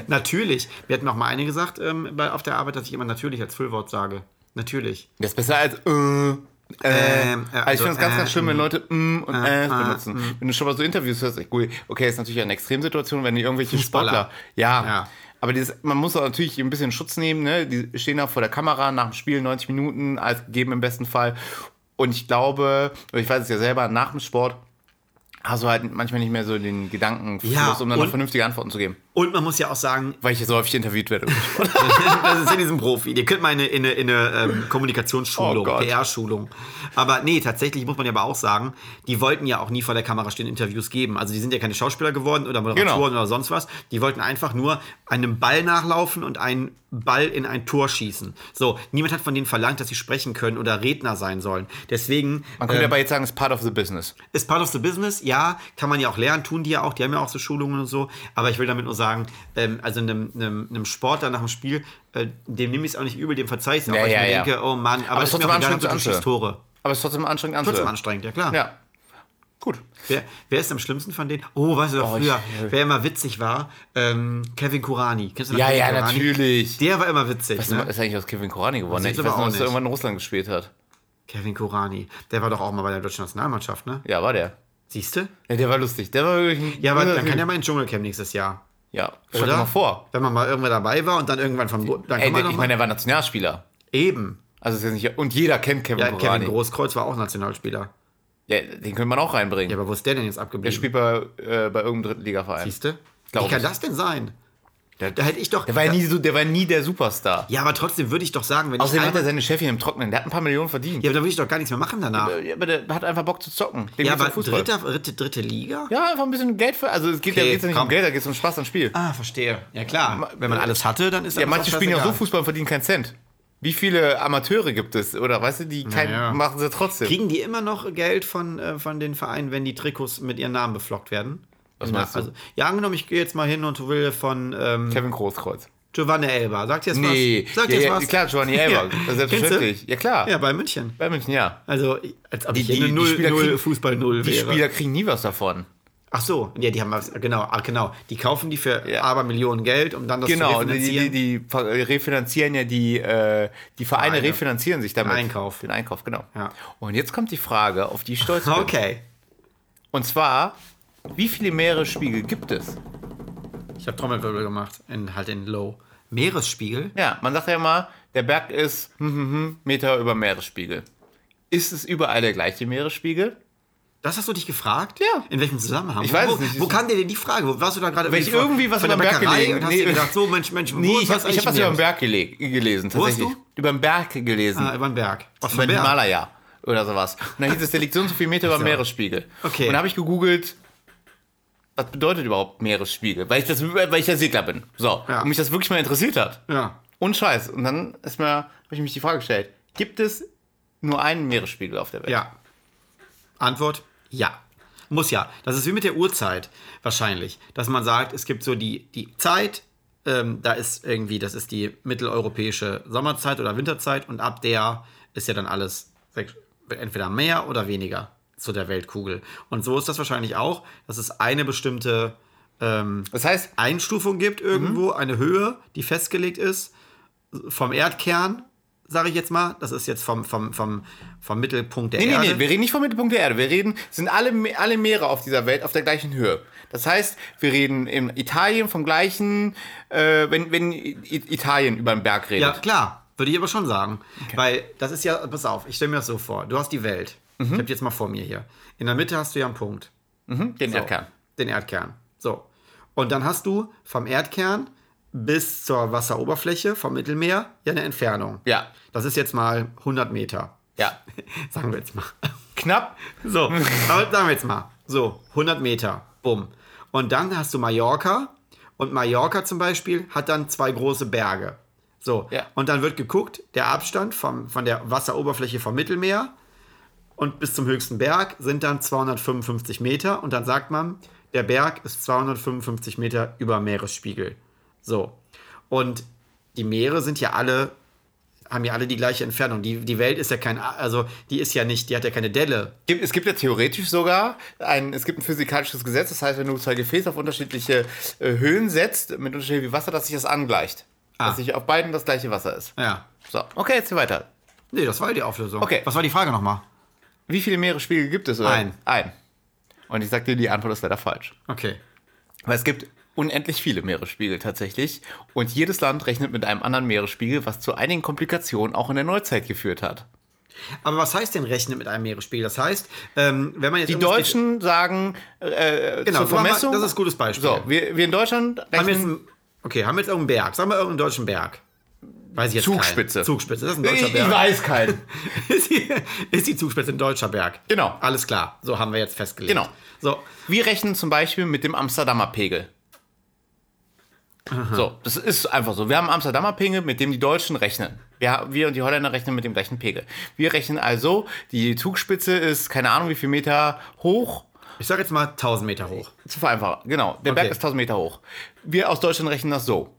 Speaker 2: Natürlich. Wir hatten auch mal eine gesagt ähm, bei, auf der Arbeit, dass ich immer natürlich als Füllwort sage. Natürlich.
Speaker 1: Das ist besser als äh. Äh,
Speaker 2: Ähm,
Speaker 1: also
Speaker 2: äh,
Speaker 1: ich
Speaker 2: also,
Speaker 1: finde es ganz,
Speaker 2: äh,
Speaker 1: ganz schlimm, wenn Leute mm und äh,
Speaker 2: äh,
Speaker 1: benutzen. wenn du schon mal so Interviews hörst, ich, gut, okay, ist natürlich eine Extremsituation, wenn die irgendwelche Sportler.
Speaker 2: Fußballer.
Speaker 1: Ja.
Speaker 2: Ja.
Speaker 1: Aber dieses, man muss auch natürlich ein bisschen Schutz nehmen, ne? Die stehen da vor der Kamera nach dem Spiel 90 Minuten, als gegeben im besten Fall. Und ich glaube, ich weiß es ja selber, nach dem Sport hast du halt manchmal nicht mehr so den Gedanken,
Speaker 2: Ja,
Speaker 1: um dann noch
Speaker 2: und-
Speaker 1: vernünftige Antworten zu geben.
Speaker 2: Und man muss ja auch sagen,
Speaker 1: Weil ich hier so häufig interviewt werde.
Speaker 2: *laughs* das ist in diesem Profi. Ihr könnt mal in eine, in eine, in eine ähm,
Speaker 1: Oh
Speaker 2: Kommunikationsschulung,
Speaker 1: Gott.
Speaker 2: PR-Schulung. Aber nee, tatsächlich muss man ja aber auch sagen, die wollten ja auch nie vor der Kamera stehen Interviews geben. Also die sind ja keine Schauspieler geworden oder Moderatoren
Speaker 1: Genau.
Speaker 2: oder sonst was. Die wollten einfach nur einem Ball nachlaufen und einen Ball in ein Tor schießen. So, niemand hat von denen verlangt, dass sie sprechen können oder Redner sein sollen. Deswegen
Speaker 1: Man könnte aber jetzt sagen, es ist part of the business.
Speaker 2: ist part of the business, ja, kann man ja auch lernen, tun die ja auch, die haben ja auch so Schulungen und so, aber ich will damit nur sagen, ähm, also einem, einem, einem Sportler nach dem Spiel, äh, dem nehme ich es auch nicht übel, dem verzeihe ich es auch,
Speaker 1: Ja,
Speaker 2: weil
Speaker 1: ja,
Speaker 2: ich mir
Speaker 1: ja.
Speaker 2: denke, oh Mann, aber,
Speaker 1: Aber
Speaker 2: es
Speaker 1: es
Speaker 2: ist
Speaker 1: trotzdem
Speaker 2: mir auch egal,
Speaker 1: anstrengend
Speaker 2: Hauptsache du
Speaker 1: zu
Speaker 2: schießt Tore.
Speaker 1: Aber es ist trotzdem anstrengend
Speaker 2: Trotzdem
Speaker 1: anzuhören.
Speaker 2: anstrengend, ja klar.
Speaker 1: Ja. Gut.
Speaker 2: Wer, wer ist am schlimmsten von denen? Oh, weißt du doch
Speaker 1: Oh,
Speaker 2: früher,
Speaker 1: ich-
Speaker 2: wer immer witzig war, ähm, Kevin Kurani. Kennst du noch
Speaker 1: Ja,
Speaker 2: Kevin
Speaker 1: ja,
Speaker 2: Kurani?
Speaker 1: natürlich.
Speaker 2: Der war immer witzig.
Speaker 1: Was
Speaker 2: ne?
Speaker 1: ist eigentlich aus Kevin Korani geworden? ne?
Speaker 2: ich
Speaker 1: Ich weiß
Speaker 2: aber
Speaker 1: nur,
Speaker 2: auch
Speaker 1: dass er
Speaker 2: nicht.
Speaker 1: irgendwann in Russland gespielt hat.
Speaker 2: Kevin Kurani. Der war doch auch mal bei der deutschen Nationalmannschaft, ne?
Speaker 1: Ja, war der.
Speaker 2: Siehst du?
Speaker 1: Ja, der war lustig. Der war wirklich ein
Speaker 2: Ja, aber dann
Speaker 1: guter
Speaker 2: kann
Speaker 1: Typ.
Speaker 2: er mal in den Dschungelcamp nächstes Jahr.
Speaker 1: Ja, stell dir
Speaker 2: Oder?
Speaker 1: mal vor.
Speaker 2: Wenn man mal irgendwer dabei war und dann irgendwann vom. Dann
Speaker 1: Ey, der,
Speaker 2: kann man doch
Speaker 1: ich
Speaker 2: mal-
Speaker 1: meine, er war Nationalspieler.
Speaker 2: Eben.
Speaker 1: Also ist jetzt nicht, und jeder kennt Kevin
Speaker 2: Ja,
Speaker 1: Korani.
Speaker 2: Kevin Großkreuz war auch Nationalspieler.
Speaker 1: Ja, den könnte man auch reinbringen.
Speaker 2: Ja, aber wo ist der denn jetzt abgeblieben?
Speaker 1: Der spielt bei, äh, bei irgendeinem Drittligaverein.
Speaker 2: Siehst du?
Speaker 1: Glaub
Speaker 2: Wie kann
Speaker 1: ich.
Speaker 2: das denn sein?
Speaker 1: Der-
Speaker 2: Da hätte ich doch.
Speaker 1: Der war ja nie, so, der war nie der Superstar.
Speaker 2: ja, aber trotzdem würde ich doch sagen, wenn
Speaker 1: Außerdem
Speaker 2: ich.
Speaker 1: hat er
Speaker 2: Einmal,
Speaker 1: seine Chefin im Trocknen. Der hat ein paar Millionen verdient.
Speaker 2: ja, aber da würde ich doch gar nichts mehr machen danach.
Speaker 1: Ja, aber der hat einfach Bock zu zocken. Dem
Speaker 2: Ja,
Speaker 1: geht's um
Speaker 2: aber dritte, dritte, dritte Liga?
Speaker 1: Ja, einfach ein bisschen Geld für. Also es geht ja,
Speaker 2: Okay,
Speaker 1: geht's ja nicht
Speaker 2: komm.
Speaker 1: um Geld, da geht es um Spaß am Spiel.
Speaker 2: Ah, verstehe. Ja, klar. Wenn man alles hatte, dann ist
Speaker 1: ja, manche spielen ja auch so
Speaker 2: Fußball.
Speaker 1: Fußball und verdienen keinen Cent. Wie viele Amateure gibt es? Oder weißt du, die kein,
Speaker 2: Naja.
Speaker 1: machen sie trotzdem.
Speaker 2: Kriegen die immer noch Geld von, äh, von den Vereinen, wenn die Trikots mit ihren Namen beflockt werden? also,
Speaker 1: Was meinst du?
Speaker 2: ja, angenommen, ich gehe jetzt mal hin und will von ähm,
Speaker 1: Kevin Großkreuz.
Speaker 2: Giovanni Elba. Sagt jetzt
Speaker 1: Nee,
Speaker 2: was? Sagt
Speaker 1: ja,
Speaker 2: jetzt
Speaker 1: ja,
Speaker 2: was?
Speaker 1: klar, Giovanni
Speaker 2: *laughs*
Speaker 1: Elber.
Speaker 2: Kennst
Speaker 1: Selbstverständlich. Ja, klar.
Speaker 2: du? Ja, bei München.
Speaker 1: Bei München, ja.
Speaker 2: Also, als ob ich
Speaker 1: Die-
Speaker 2: hier
Speaker 1: die-
Speaker 2: eine
Speaker 1: die Spieler
Speaker 2: 0
Speaker 1: kriegen-
Speaker 2: Fußball 0
Speaker 1: Die
Speaker 2: wäre.
Speaker 1: Spieler kriegen nie was davon.
Speaker 2: Ach so, ja, die haben was, genau, ah, genau. Die kaufen die für
Speaker 1: Ja.
Speaker 2: aber Millionen Geld, um dann das zu
Speaker 1: Genau, und die,
Speaker 2: refinanzieren.
Speaker 1: die, die ver- refinanzieren ja die, äh, die Vereine
Speaker 2: Vereine.
Speaker 1: refinanzieren sich damit.
Speaker 2: Den Einkauf.
Speaker 1: Den Einkauf, genau.
Speaker 2: Ja.
Speaker 1: Und jetzt kommt die Frage, auf die ich stolz bin.
Speaker 2: okay.
Speaker 1: Und zwar, wie viele Meeresspiegel gibt es?
Speaker 2: Ich habe Trommelwirbel gemacht, in, halt in Low. Meeresspiegel?
Speaker 1: Ja, man sagt ja immer, der Berg ist hm, hm, hm, Meter über Meeresspiegel. Ist es überall der gleiche Meeresspiegel?
Speaker 2: Das hast du dich gefragt?
Speaker 1: Ja.
Speaker 2: In welchem Zusammenhang?
Speaker 1: Ich weiß
Speaker 2: wo,
Speaker 1: es nicht.
Speaker 2: Wo kam dir denn die Frage? Wo warst du da gerade
Speaker 1: Weil ich irgendwie was
Speaker 2: von der
Speaker 1: über den Berg
Speaker 2: Bäckerei
Speaker 1: gelegen-
Speaker 2: und hast
Speaker 1: nee.
Speaker 2: dir gedacht, so Mensch, Mensch, wo
Speaker 1: Nee,
Speaker 2: ist
Speaker 1: ich habe
Speaker 2: eigentlich
Speaker 1: hab was
Speaker 2: mehr?
Speaker 1: über den Berg gele gelesen,
Speaker 2: Wo hast
Speaker 1: tatsächlich.
Speaker 2: du?
Speaker 1: Über den Berg gelesen.
Speaker 2: Ah, über den Berg. Was für
Speaker 1: über
Speaker 2: ein
Speaker 1: den
Speaker 2: Berg?
Speaker 1: Himalaya oder sowas. Und dann hieß es, der liegt so und so viel Meter über dem Meeresspiegel.
Speaker 2: Okay.
Speaker 1: Und dann habe ich gegoogelt, was bedeutet überhaupt Meeresspiegel? Weil ich, das, weil ich ja Segler bin. So.
Speaker 2: Ja.
Speaker 1: Und mich das wirklich mal interessiert hat.
Speaker 2: Ja.
Speaker 1: Und Scheiß. Und dann ist mir, habe ich mich die Frage gestellt, gibt es nur einen Meeresspiegel auf der Welt?
Speaker 2: Ja. Antwort: Ja. Muss ja. Das ist wie mit der Uhrzeit wahrscheinlich, dass man sagt, es gibt so die, die Zeit, ähm, da ist irgendwie, das ist die mitteleuropäische Sommerzeit oder Winterzeit und ab der ist ja dann alles sech- entweder mehr oder weniger zu der Weltkugel. Und so ist das wahrscheinlich auch, dass es eine bestimmte ähm,
Speaker 1: Das heißt,
Speaker 2: Einstufung gibt irgendwo,
Speaker 1: Mhm.
Speaker 2: eine Höhe, die festgelegt ist vom Erdkern, sage ich jetzt mal. Das ist jetzt vom, vom, vom, vom Mittelpunkt der
Speaker 1: Nee, nee,
Speaker 2: Erde.
Speaker 1: nee, wir reden nicht vom Mittelpunkt der Erde. Wir reden, sind alle, Me- alle Meere auf dieser Welt auf der gleichen Höhe. Das heißt, wir reden in Italien vom gleichen, äh, wenn, wenn I- Italien über den Berg redet.
Speaker 2: Ja, klar, würde ich aber schon sagen. Weil das ist ja, pass auf, ich stelle mir das so vor. Du hast die Welt.
Speaker 1: Mhm.
Speaker 2: Ich habe die jetzt mal vor mir hier. In der Mitte hast du ja einen Punkt.
Speaker 1: Den Erdkern.
Speaker 2: Den Erdkern. So. Und dann hast du vom Erdkern bis zur Wasseroberfläche vom Mittelmeer ja eine Entfernung.
Speaker 1: Ja.
Speaker 2: Das ist jetzt mal 100 Meter. *laughs*
Speaker 1: Ja.
Speaker 2: Sagen wir jetzt mal.
Speaker 1: Knapp.
Speaker 2: So, aber sagen wir jetzt mal, so, 100 Meter, bumm. Und dann hast du Mallorca und Mallorca zum Beispiel hat dann zwei große Berge. So,
Speaker 1: Ja.
Speaker 2: und dann wird geguckt, der Abstand vom, von der Wasseroberfläche vom Mittelmeer und bis zum höchsten Berg sind dann 255 Meter und dann sagt man, der Berg ist 255 Meter über Meeresspiegel. So, und die Meere sind ja alle haben ja alle die gleiche Entfernung. Die, die Welt ist ja kein, also die ist ja nicht, die hat ja keine Delle,
Speaker 1: Gibt, es gibt ja theoretisch sogar ein, es gibt ein physikalisches Gesetz, das heißt, wenn du zwei Gefäße auf unterschiedliche äh, Höhen setzt, mit unterschiedlichem Wasser, dass sich das angleicht.
Speaker 2: Ah.
Speaker 1: Dass sich auf beiden das gleiche Wasser ist.
Speaker 2: Ja.
Speaker 1: So, okay, jetzt hier weiter.
Speaker 2: Nee, das war die Auflösung.
Speaker 1: Okay.
Speaker 2: Was war die Frage nochmal?
Speaker 1: Wie viele Meeresspiegel gibt es? Oder?
Speaker 2: Ein.
Speaker 1: Ein. Und ich sag dir, die Antwort ist leider falsch.
Speaker 2: Okay.
Speaker 1: Weil es gibt unendlich viele Meeresspiegel tatsächlich. Und jedes Land rechnet mit einem anderen Meeresspiegel, was zu einigen Komplikationen auch in der Neuzeit geführt hat.
Speaker 2: Aber was heißt denn rechnen mit einem Meeresspiegel? Das heißt, ähm, wenn man jetzt.
Speaker 1: Die Deutschen sagen äh,
Speaker 2: Genau,
Speaker 1: zur
Speaker 2: guck mal,
Speaker 1: Vermessung.
Speaker 2: das ist ein gutes Beispiel.
Speaker 1: So, wir, wir in Deutschland
Speaker 2: Haben wir jetzt
Speaker 1: rechnen.
Speaker 2: einen, okay, haben wir jetzt irgendeinen Berg? Sagen wir irgendeinen deutschen Berg. Weiß ich jetzt
Speaker 1: Zugspitze.
Speaker 2: Keinen. Zugspitze. Das ist ein
Speaker 1: Ich,
Speaker 2: deutscher
Speaker 1: ich
Speaker 2: Berg.
Speaker 1: weiß keinen.
Speaker 2: *laughs* ist, die, ist die Zugspitze ein deutscher Berg?
Speaker 1: Genau.
Speaker 2: Alles klar. So haben wir jetzt festgelegt.
Speaker 1: Genau.
Speaker 2: So.
Speaker 1: Wir rechnen zum Beispiel mit dem Amsterdamer Pegel. So, das ist einfach so. Wir haben einen Amsterdamer Pegel, mit dem die Deutschen rechnen. Wir, wir und die Holländer rechnen mit dem gleichen Pegel. Wir rechnen also, die Zugspitze ist keine Ahnung wie viel Meter hoch
Speaker 2: Ich sag jetzt mal 1000 Meter hoch.
Speaker 1: Zu vereinfachen, genau. Der
Speaker 2: Okay.
Speaker 1: Berg ist 1000 Meter hoch. Wir aus Deutschland rechnen das so.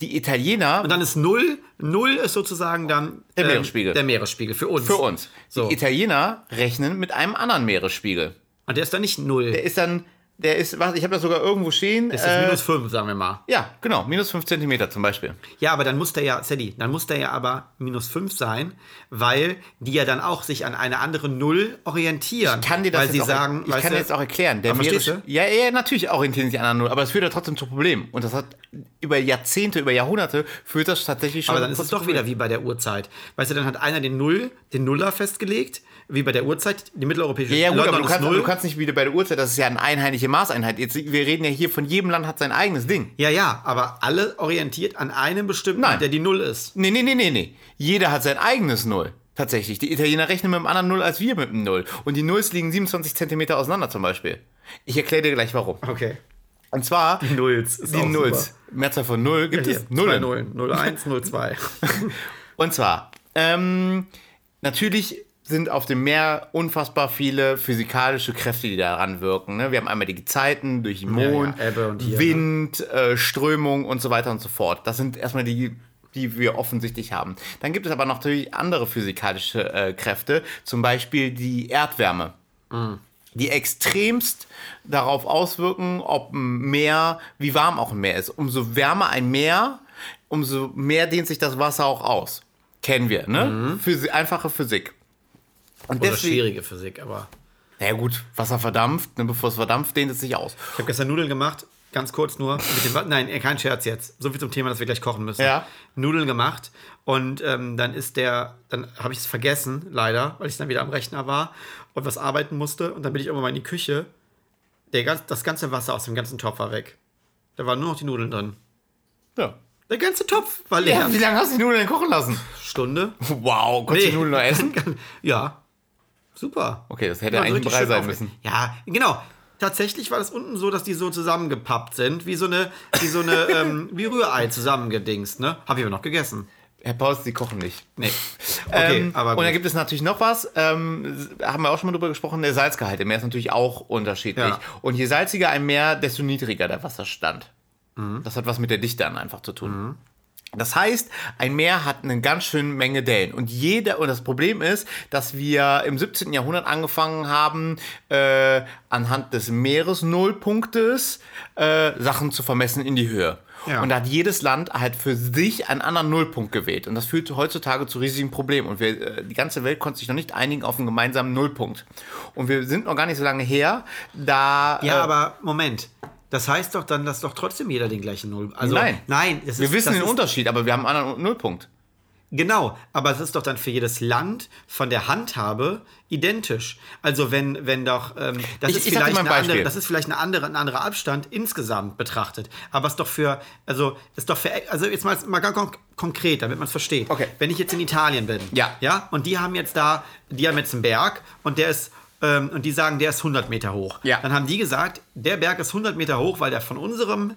Speaker 1: die Italiener
Speaker 2: Und dann ist null, null ist sozusagen dann
Speaker 1: Der
Speaker 2: ähm,
Speaker 1: Meeresspiegel.
Speaker 2: Der Meeresspiegel für uns.
Speaker 1: für uns,
Speaker 2: So.
Speaker 1: die Italiener rechnen mit einem anderen Meeresspiegel.
Speaker 2: Und der ist dann nicht null.
Speaker 1: Der ist dann, der ist, was, ich habe das sogar irgendwo stehen.
Speaker 2: Das ist
Speaker 1: äh,
Speaker 2: minus fünf, sagen wir mal.
Speaker 1: ja, genau, minus 5 Zentimeter zum Beispiel.
Speaker 2: Ja, aber dann muss der ja, Sadie, dann muss der ja aber minus 5 sein, weil die ja dann auch sich an eine andere Null orientieren.
Speaker 1: Ich kann dir das
Speaker 2: weil
Speaker 1: jetzt
Speaker 2: sie
Speaker 1: auch,
Speaker 2: sagen,
Speaker 1: ich
Speaker 2: weißt
Speaker 1: kann
Speaker 2: du,
Speaker 1: dir jetzt auch erklären. Der
Speaker 2: Aber verstehst
Speaker 1: Meeres- ja, ja, natürlich orientieren sich an der Null, aber es führt ja trotzdem zu Problemen. Und das hat über Jahrzehnte, über Jahrhunderte führt das tatsächlich schon.
Speaker 2: aber dann ist es doch wieder wie bei der Uhrzeit. Weißt du, dann hat einer den Null, den Nuller festgelegt, wie bei der Uhrzeit, die mitteleuropäische
Speaker 1: Ja, ja, gut,
Speaker 2: London
Speaker 1: aber du
Speaker 2: ist
Speaker 1: kannst,
Speaker 2: Null.
Speaker 1: du kannst nicht wieder bei der Uhrzeit, das ist ja eine einheitliche Maßeinheit. Jetzt, wir reden ja hier von jedem Land hat sein eigenes Ding.
Speaker 2: ja, ja, aber alle orientiert an einem bestimmten,
Speaker 1: Nein.
Speaker 2: der die Null ist.
Speaker 1: Nee, nee, nee, nee, nee. Jeder hat sein eigenes Null. Tatsächlich. Die Italiener rechnen mit einem anderen Null als wir mit einem Null. Und die Nulls liegen 27 Zentimeter auseinander zum Beispiel. Ich erkläre dir gleich warum.
Speaker 2: Okay.
Speaker 1: Und zwar
Speaker 2: Die Nulls. Ist
Speaker 1: die
Speaker 2: auch
Speaker 1: Nulls.
Speaker 2: Oh, Super.
Speaker 1: Mehrzahl von Null gibt
Speaker 2: Hier,
Speaker 1: es
Speaker 2: Nullen.
Speaker 1: Nullen.
Speaker 2: Nullen. 01,
Speaker 1: *laughs*
Speaker 2: 02.
Speaker 1: Und zwar, ähm, natürlich sind auf dem Meer unfassbar viele physikalische Kräfte, die daran wirken. Ne? Wir haben einmal die Gezeiten durch den Mond,
Speaker 2: ja, Ebbe und hier, ne?
Speaker 1: Wind, äh, Strömung und so weiter und so fort. Das sind erstmal die die wir offensichtlich haben. Dann gibt es aber noch natürlich andere physikalische äh, Kräfte, zum Beispiel die Erdwärme
Speaker 2: Mhm.
Speaker 1: die extremst darauf auswirken, ob ein Meer, wie warm auch ein Meer ist. Umso wärmer ein Meer, umso mehr dehnt sich das Wasser auch aus. Kennen wir, ne? Physi einfache Physik. Und
Speaker 2: Mhm. Oder
Speaker 1: deswegen,
Speaker 2: schwierige Physik, aber.
Speaker 1: na ja gut, Wasser verdampft, ne, bevor es verdampft, dehnt es sich aus.
Speaker 2: Ich habe gestern Nudeln gemacht, ganz kurz nur. Mit dem, Wa- nein, äh, kein Scherz jetzt. So viel zum Thema, dass wir gleich kochen müssen.
Speaker 1: Ja.
Speaker 2: Nudeln gemacht und ähm, dann ist der, dann habe ich es vergessen, leider, weil ich dann wieder am Rechner war und was arbeiten musste und dann bin ich irgendwann mal in die Küche. Der, ganz- das ganze Wasser aus dem ganzen Topf war weg. Da waren nur noch die Nudeln drin.
Speaker 1: Ja.
Speaker 2: Der ganze Topf war leer.
Speaker 1: Ja, wie lange hast du die Nudeln denn kochen
Speaker 2: *laughs*
Speaker 1: lassen?
Speaker 2: Stunde.
Speaker 1: Wow, konntest du die
Speaker 2: Nee.
Speaker 1: Nudeln noch essen?
Speaker 2: *laughs* ja. Super.
Speaker 1: Okay, das hätte
Speaker 2: Ja,
Speaker 1: eigentlich ein
Speaker 2: richtig
Speaker 1: Brei
Speaker 2: schön
Speaker 1: sein
Speaker 2: aufge-
Speaker 1: müssen.
Speaker 2: Ja, genau. Tatsächlich war das unten so, dass die so zusammengepappt sind, wie so eine, wie
Speaker 1: *laughs*
Speaker 2: so eine, ähm, wie Rührei zusammengedingst, ne? Hab ich aber noch gegessen.
Speaker 1: Herr Paus, die kochen nicht. *laughs*
Speaker 2: Nee. Okay,
Speaker 1: ähm,
Speaker 2: aber
Speaker 1: und dann
Speaker 2: gut.
Speaker 1: gibt es natürlich noch was, ähm, haben wir auch schon mal drüber gesprochen, der Salzgehalt im Meer ist natürlich auch unterschiedlich.
Speaker 2: Ja.
Speaker 1: Und je salziger ein Meer, desto niedriger der Wasserstand.
Speaker 2: Mhm.
Speaker 1: Das hat was mit der Dichte dann einfach zu tun. Das heißt, ein Meer hat eine ganz schöne Menge Dellen. Und jeder, und das Problem ist, dass wir im 17. Jahrhundert angefangen haben, äh, anhand des Meeresnullpunktes äh, Sachen zu vermessen in die Höhe.
Speaker 2: Ja.
Speaker 1: Und da hat jedes Land halt für sich einen anderen Nullpunkt gewählt. Und das führt heutzutage zu riesigen Problemen. Und wir, äh, die ganze Welt konnte sich noch nicht einigen auf einen gemeinsamen Nullpunkt. Und wir sind noch gar nicht so lange her, da.
Speaker 2: ja,
Speaker 1: äh,
Speaker 2: aber Moment. Das heißt doch dann, dass doch trotzdem jeder den gleichen Null. Also,
Speaker 1: Nein.
Speaker 2: Nein, das
Speaker 1: wir
Speaker 2: ist,
Speaker 1: wissen
Speaker 2: das
Speaker 1: den
Speaker 2: ist,
Speaker 1: Unterschied, aber wir haben einen anderen Nullpunkt.
Speaker 2: Genau, aber es ist doch dann für jedes Land von der Handhabe identisch. Also wenn, wenn doch, ähm, das,
Speaker 1: Ich-
Speaker 2: ist
Speaker 1: ich sag dir
Speaker 2: vielleicht
Speaker 1: mal ein
Speaker 2: eine andere,
Speaker 1: Beispiel.
Speaker 2: das ist vielleicht eine andere, ein anderer Abstand insgesamt betrachtet. Aber es ist doch für, also ist doch für, also jetzt mal, mal ganz konk konkret, damit man es versteht.
Speaker 1: Okay.
Speaker 2: Wenn ich jetzt in Italien bin,
Speaker 1: Ja.
Speaker 2: ja, und die haben jetzt da, die haben jetzt einen Berg und der ist ähm, und die sagen, der ist 100 Meter hoch.
Speaker 1: Ja.
Speaker 2: Dann haben die gesagt, der Berg ist 100 Meter hoch, weil der von unserem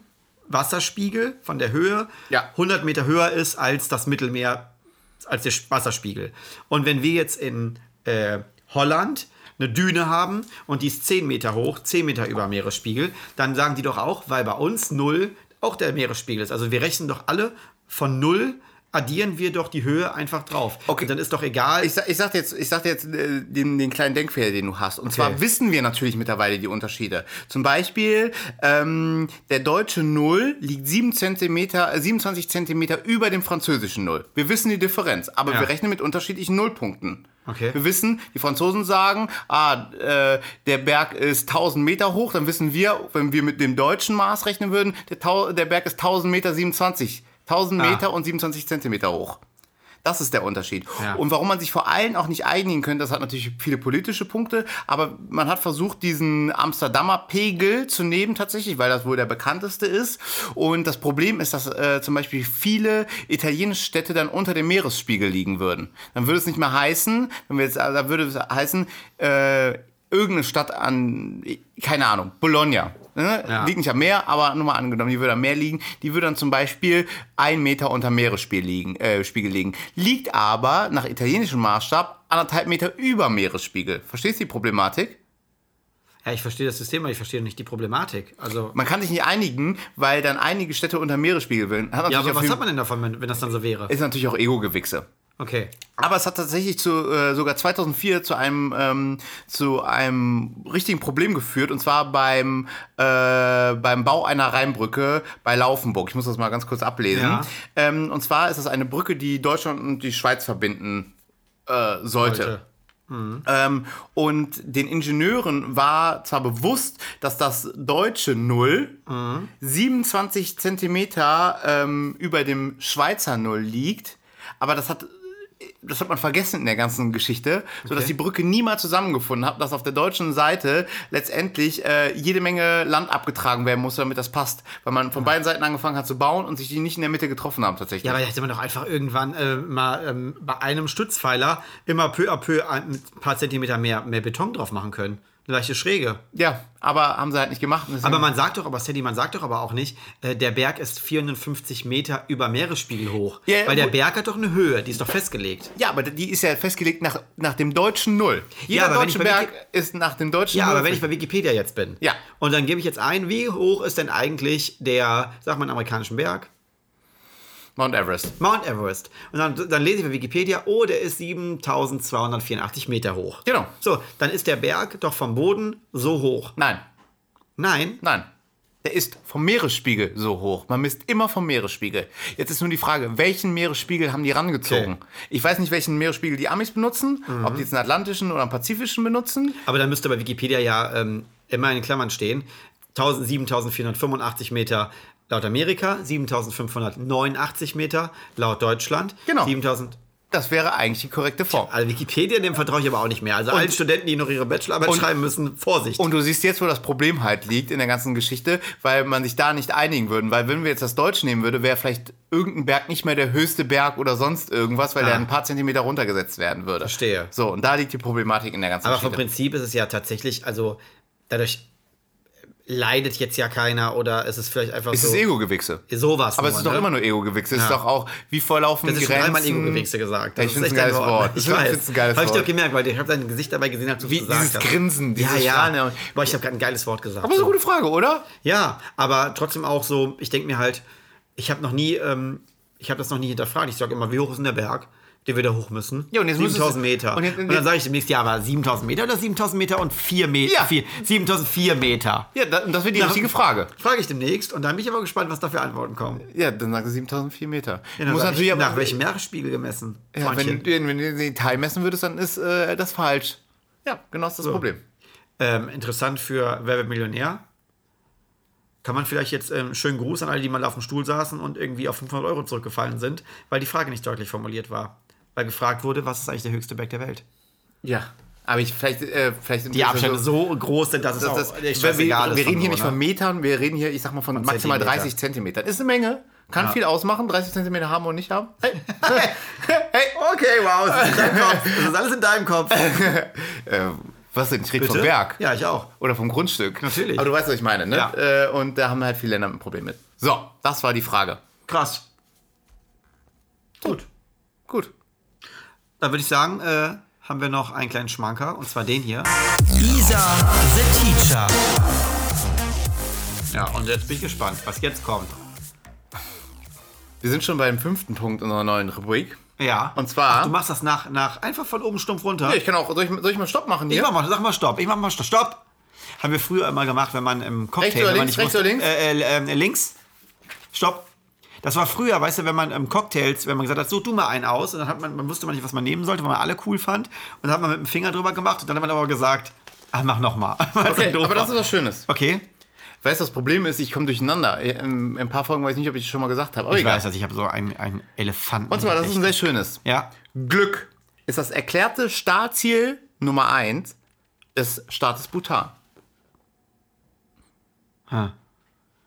Speaker 2: Wasserspiegel, von der Höhe,
Speaker 1: Ja.
Speaker 2: 100 Meter höher ist als das Mittelmeer, als der Sch- Wasserspiegel. Und wenn wir jetzt in äh, Holland eine Düne haben und die ist 10 Meter hoch, 10 Meter über Meeresspiegel, dann sagen die doch auch, weil bei uns null auch der Meeresspiegel ist. Also wir rechnen doch alle von null addieren wir doch die Höhe einfach drauf.
Speaker 1: Okay.
Speaker 2: Und dann ist doch egal.
Speaker 1: Ich, sag, ich sag dir jetzt, ich sag dir jetzt äh, den, den kleinen Denkfehler, den du hast. Und zwar wissen wir natürlich mittlerweile die Unterschiede. Zum Beispiel, ähm, der deutsche Null liegt 7 Zentimeter, äh, 27 Zentimeter über dem französischen Null. Wir wissen die Differenz, aber
Speaker 2: Ja.
Speaker 1: wir rechnen mit unterschiedlichen Nullpunkten.
Speaker 2: Okay.
Speaker 1: Wir wissen, die Franzosen sagen, ah, äh, der Berg ist 1000 Meter hoch, dann wissen wir, wenn wir mit dem deutschen Maß rechnen würden, der, Tau- der Berg ist 1000 Meter 27. 1000
Speaker 2: Ah.
Speaker 1: Meter und 27 Zentimeter hoch. Das ist der Unterschied.
Speaker 2: Ja.
Speaker 1: Und warum man sich vor allem auch nicht einigen könnte, das hat natürlich viele politische Punkte, aber man hat versucht, diesen Amsterdamer Pegel zu nehmen tatsächlich, weil das wohl der bekannteste ist. Und das Problem ist, dass äh, zum Beispiel viele italienische Städte dann unter dem Meeresspiegel liegen würden. Dann würde es nicht mehr heißen, wenn wir jetzt, also, da würde es heißen, äh, irgendeine Stadt an, keine Ahnung, Bologna. Ne?
Speaker 2: Ja.
Speaker 1: Liegt nicht am Meer, aber nur mal angenommen, die würde am Meer liegen. Die würde dann zum Beispiel ein Meter unter dem Meeresspiegel liegen, äh, Spiegel liegen. Liegt aber nach italienischem Maßstab anderthalb Meter über Meeresspiegel. Verstehst du die Problematik?
Speaker 2: Ja, ich verstehe das System, aber ich verstehe nicht die Problematik. Also,
Speaker 1: Man kann sich nicht einigen, weil dann einige Städte unter Meeresspiegel will. Hat
Speaker 2: ja,
Speaker 1: natürlich
Speaker 2: aber
Speaker 1: auch
Speaker 2: was
Speaker 1: viel-
Speaker 2: hat man denn davon, wenn, wenn das dann so wäre?
Speaker 1: Ist natürlich auch Ego-Gewichse.
Speaker 2: Okay.
Speaker 1: Aber es hat tatsächlich zu, äh, sogar 2004 zu einem, ähm, zu einem richtigen Problem geführt, und zwar beim, äh, beim Bau einer Rheinbrücke bei Laufenburg. Ich muss das mal ganz kurz ablesen.
Speaker 2: Ja.
Speaker 1: Ähm, und zwar ist es eine Brücke, die Deutschland und die Schweiz verbinden äh, sollte. Ähm, und den Ingenieuren war zwar bewusst, dass das deutsche Null 27 Zentimeter ähm, über dem Schweizer Null liegt, aber das hat das hat man vergessen in der ganzen Geschichte, sodass
Speaker 2: Okay.
Speaker 1: die Brücke niemals zusammengefunden hat, dass auf der deutschen Seite letztendlich äh, jede Menge Land abgetragen werden musste, damit das passt, weil man von beiden Seiten angefangen hat zu bauen und sich die nicht in der Mitte getroffen haben tatsächlich.
Speaker 2: Ah. Ja, aber da hätte man doch einfach irgendwann äh, mal ähm, bei einem Stützpfeiler immer peu à peu ein, ein paar Zentimeter mehr, mehr Beton drauf machen können. Eine leichte Schräge.
Speaker 1: Ja, aber haben sie halt nicht gemacht. und deswegen-
Speaker 2: Aber man sagt doch, aber Sadie, man sagt doch aber auch nicht, äh, der Berg ist 450 Meter über Meeresspiegel hoch.
Speaker 1: Ja,
Speaker 2: weil der
Speaker 1: gut.
Speaker 2: Berg hat doch eine Höhe, die ist doch festgelegt.
Speaker 1: Ja, aber die ist ja festgelegt nach, nach dem deutschen Null. Jeder
Speaker 2: aber wenn
Speaker 1: deutsche
Speaker 2: ich bei
Speaker 1: Berg ist nach dem deutschen
Speaker 2: Ja,
Speaker 1: Null.
Speaker 2: aber wenn ich bei Wikipedia jetzt bin.
Speaker 1: Ja.
Speaker 2: Und dann gebe ich jetzt ein, wie hoch ist denn eigentlich der, sag mal, einen amerikanischen Berg?
Speaker 1: Mount Everest.
Speaker 2: Mount Everest. Und dann, dann lese ich bei Wikipedia, oh, der ist 7284 Meter hoch.
Speaker 1: Genau.
Speaker 2: So, dann ist der Berg doch vom Boden so hoch.
Speaker 1: Nein,
Speaker 2: Nein.
Speaker 1: nein. Der ist vom Meeresspiegel so hoch. Man misst immer vom Meeresspiegel. Jetzt ist nur die Frage, welchen Meeresspiegel haben die rangezogen?
Speaker 2: Okay. Mhm.
Speaker 1: Ich weiß nicht, welchen Meeresspiegel die Amis benutzen, ob die jetzt einen atlantischen oder einen pazifischen benutzen.
Speaker 2: Aber dann müsste bei Wikipedia ja ähm, immer in Klammern stehen. 1000 7485 Meter laut Amerika, 7589 Meter laut Deutschland.
Speaker 1: Genau.
Speaker 2: 7000.
Speaker 1: Das wäre eigentlich die korrekte Form.
Speaker 2: Also Wikipedia, dem vertraue ich aber auch nicht mehr. Also allen Studenten, die noch ihre Bachelorarbeit schreiben müssen, Vorsicht.
Speaker 1: Und du siehst jetzt, wo das Problem halt liegt in der ganzen Geschichte, weil man sich da nicht einigen würden. Weil wenn wir jetzt das Deutsch nehmen würde, wäre vielleicht irgendein Berg nicht mehr der höchste Berg oder sonst irgendwas, weil der ein paar Zentimeter runtergesetzt werden würde.
Speaker 2: Ah. Verstehe.
Speaker 1: So, und da liegt die Problematik in der ganzen
Speaker 2: Aber vom
Speaker 1: Geschichte.
Speaker 2: Prinzip ist es ja tatsächlich, also dadurch leidet jetzt ja keiner oder es ist vielleicht einfach
Speaker 1: Es
Speaker 2: so.
Speaker 1: ist Ego-Gewichse.
Speaker 2: sowas.
Speaker 1: Aber es ist doch
Speaker 2: ne?
Speaker 1: immer nur Ego-Gewichse. Es ist doch auch, wie vorlaufen
Speaker 2: Das ist schon
Speaker 1: Grenzen.
Speaker 2: einmal Ego-Gewichse gesagt. Das
Speaker 1: ich find's
Speaker 2: ist
Speaker 1: ein
Speaker 2: echt
Speaker 1: geiles
Speaker 2: dein
Speaker 1: Wort. Ich
Speaker 2: Ich
Speaker 1: find's
Speaker 2: weiß.
Speaker 1: ein geiles
Speaker 2: Habe ich
Speaker 1: Wort.
Speaker 2: doch gemerkt, weil ich habe dein Gesicht dabei gesehen, als du
Speaker 1: Wie,
Speaker 2: gesagt
Speaker 1: dieses
Speaker 2: hast.
Speaker 1: Grinsen,
Speaker 2: Ja,
Speaker 1: dieses
Speaker 2: ja.
Speaker 1: Strahlen.
Speaker 2: Boah, ich habe gerade ein geiles Wort gesagt.
Speaker 1: Aber so eine gute Frage, oder?
Speaker 2: Ja, aber trotzdem auch so, ich denke mir halt, ich habe noch nie, ähm, ich habe das noch nie hinterfragt. Ich sage immer, wie hoch ist denn der Berg, den wir da hoch müssen?
Speaker 1: Ja, und jetzt müsstest
Speaker 2: 7000
Speaker 1: du-
Speaker 2: Meter.
Speaker 1: und
Speaker 2: Und,
Speaker 1: jetzt-
Speaker 2: dann sage ich demnächst, ja, aber 7000 Meter oder 7000 Meter und 4 Meter?
Speaker 1: Ja.
Speaker 2: 7004 Meter.
Speaker 1: Ja, da- das wäre die
Speaker 2: Na,
Speaker 1: richtige Frage.
Speaker 2: Frage ich demnächst und dann bin ich aber gespannt, was da für Antworten kommen.
Speaker 1: Ja, dann sagst du 7004 Meter.
Speaker 2: Ja,
Speaker 1: Du
Speaker 2: dann
Speaker 1: musst
Speaker 2: sag ich,
Speaker 1: natürlich aber-
Speaker 2: nach welchem Meeresspiegel gemessen?
Speaker 1: Ja,
Speaker 2: Freundchen?
Speaker 1: wenn, wenn, wenn du den Teil messen würdest, dann ist äh, das falsch. Ja, genau ist das Problem.
Speaker 2: Ähm, interessant für Wer wird Millionär? Kann man vielleicht jetzt ähm, schönen Gruß an alle, die mal auf dem Stuhl saßen und irgendwie auf 500 Euro zurückgefallen sind, weil die Frage nicht deutlich formuliert war. Weil gefragt wurde, was ist eigentlich der höchste Berg der Welt?
Speaker 1: Ja. Aber ich, vielleicht, äh, vielleicht
Speaker 2: Die Abstände so groß sind, dass es
Speaker 1: Das,
Speaker 2: auch
Speaker 1: das,
Speaker 2: echt
Speaker 1: wir,
Speaker 2: scheißegal
Speaker 1: wir
Speaker 2: ist
Speaker 1: reden
Speaker 2: und
Speaker 1: hier
Speaker 2: so,
Speaker 1: nicht
Speaker 2: ne?
Speaker 1: von Metern, wir reden hier, ich sag mal, von maximal
Speaker 2: Zentimeter.
Speaker 1: 30 Zentimetern. Ist eine Menge. Kann viel ausmachen, 30 Zentimeter haben und nicht haben. Hey.
Speaker 2: *laughs*
Speaker 1: hey.
Speaker 2: Okay, wow, es ist in deinem Kopf. Es ist alles in deinem Kopf.
Speaker 1: *laughs* Was denn? Ich rede vom
Speaker 2: Bitte?
Speaker 1: Berg.
Speaker 2: Ja, ich auch.
Speaker 1: Oder vom Grundstück.
Speaker 2: Natürlich.
Speaker 1: Aber du weißt, was ich meine, ne?
Speaker 2: Ja.
Speaker 1: Äh, Und da haben halt viele Länder ein Problem mit. So, das war die Frage.
Speaker 2: Krass. Gut.
Speaker 1: Gut.
Speaker 2: Dann würde ich sagen, äh, haben wir noch einen kleinen Schmanker und zwar den hier.
Speaker 3: Isa the Teacher.
Speaker 2: Ja, und jetzt bin ich gespannt, was jetzt kommt.
Speaker 1: Wir sind schon beim fünften Punkt unserer neuen Rubrik.
Speaker 2: Ja.
Speaker 1: Und zwar-
Speaker 2: Ach, du machst das nach, nach einfach von oben stumpf runter.
Speaker 1: Ja, ich kann auch, soll ich, soll ich mal Stopp machen
Speaker 2: Ich
Speaker 1: hier?
Speaker 2: mach mal, sag mal Stopp. Ich mach mal Stopp. Stopp. Haben wir früher immer gemacht, wenn man im Cocktail.
Speaker 1: Rechts oder
Speaker 2: wenn man
Speaker 1: links?
Speaker 2: nicht
Speaker 1: Rechts oder links?
Speaker 2: Äh, äh, äh, links. Stopp. Das war früher, weißt du, wenn man ähm, Cocktails, wenn man gesagt hat, so du mal einen aus, und dann hat man, man wusste man nicht, was man nehmen sollte, weil man alle cool fand, und dann hat man mit dem Finger drüber gemacht, und dann hat man aber gesagt, ach, mach noch mal. *laughs*
Speaker 1: *laughs* Okay, aber das ist was Schönes.
Speaker 2: okay.
Speaker 1: Weißt du, das Problem ist, ich komme durcheinander. Äh, ähm, In, in ein paar Folgen weiß ich nicht, ob ich das schon mal gesagt habe. Aber
Speaker 2: Ich
Speaker 1: egal.
Speaker 2: weiß das, ich habe so einen, einen Elefanten.
Speaker 1: Und zwar, das ist ein sehr schönes.
Speaker 2: ja.
Speaker 1: Glück ist das erklärte Startziel Nummer 1 des Staates Bhutan.
Speaker 2: Ha.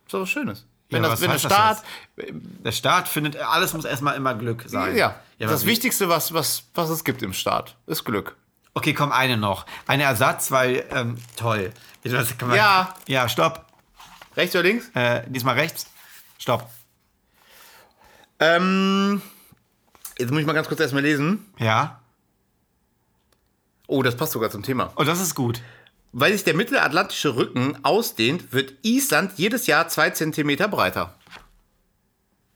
Speaker 1: Ist doch was Schönes. Wenn,
Speaker 2: Ja,
Speaker 1: das,
Speaker 2: was
Speaker 1: wenn der
Speaker 2: heißt das
Speaker 1: Staat,
Speaker 2: Der Staat findet, alles muss erstmal immer Glück sein.
Speaker 1: ja,
Speaker 2: aber
Speaker 1: das
Speaker 2: wie-
Speaker 1: Wichtigste, was, was, was es gibt im Staat, ist Glück.
Speaker 2: Okay, komm, eine noch. Ein Ersatz, weil, ähm, toll. Das kann man-
Speaker 1: Ja.
Speaker 2: Ja, stopp.
Speaker 1: Rechts oder links?
Speaker 2: Äh, diesmal rechts. Stopp.
Speaker 1: Ähm, jetzt muss ich mal ganz kurz erstmal lesen.
Speaker 2: Ja.
Speaker 1: Oh, das passt sogar zum Thema.
Speaker 2: Oh, das ist gut.
Speaker 1: weil sich der mittelatlantische Rücken ausdehnt, wird Island jedes Jahr zwei Zentimeter breiter.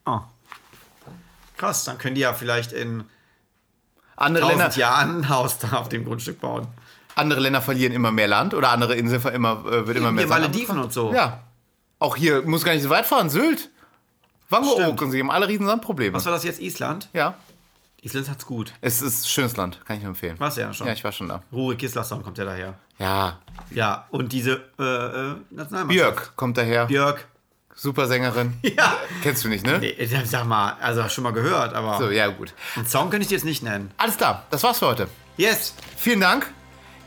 Speaker 2: Oh. Krass, dann können die ja vielleicht in
Speaker 1: Andere Länder,
Speaker 2: 1000 Jahren ein Haus da auf dem Grundstück bauen.
Speaker 1: andere Länder verlieren immer mehr Land oder andere Inseln ver- immer, äh, wird immer mehr
Speaker 2: Die
Speaker 1: Sand
Speaker 2: Malediven und so.
Speaker 1: abgefallen. Ja. Auch hier muss gar nicht so weit fahren, Sylt. Wangeoog
Speaker 2: Stimmt.
Speaker 1: und sie haben alle riesen Sandprobleme.
Speaker 2: Was war das jetzt? Island?
Speaker 1: Ja.
Speaker 2: Island hat's gut.
Speaker 1: Es ist schönes Land, kann ich nur empfehlen.
Speaker 2: Warst du ja schon.
Speaker 1: Ja, ich war schon da.
Speaker 2: Rurik Gislason kommt ja daher.
Speaker 1: Ja.
Speaker 2: Ja, und diese äh, äh, Nationalmannschaft.
Speaker 1: Björk kommt daher.
Speaker 2: Björk.
Speaker 1: Super *laughs* Sängerin.
Speaker 2: Ja.
Speaker 1: Kennst du nicht, ne?
Speaker 2: Nee, sag mal, also schon mal gehört, aber
Speaker 1: So, ja, gut.
Speaker 2: einen Song könnte ich dir jetzt nicht nennen.
Speaker 1: Alles klar, das war's für heute.
Speaker 2: Yes!
Speaker 1: Vielen Dank.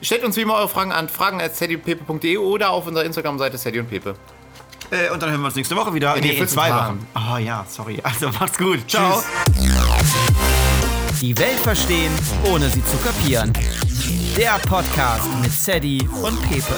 Speaker 1: Stellt uns wie immer eure Fragen an fragen.steadypepe.de oder auf unserer Instagram-Seite Steady und Pepe.
Speaker 2: Äh, und dann hören wir uns nächste Woche wieder.
Speaker 1: Nee, in zwei
Speaker 2: Oh ja, sorry. Also macht's gut.
Speaker 1: Ciao.
Speaker 2: Ciao.
Speaker 3: Die Welt verstehen, ohne sie zu kapieren. Der Podcast mit Sadie und Pepe.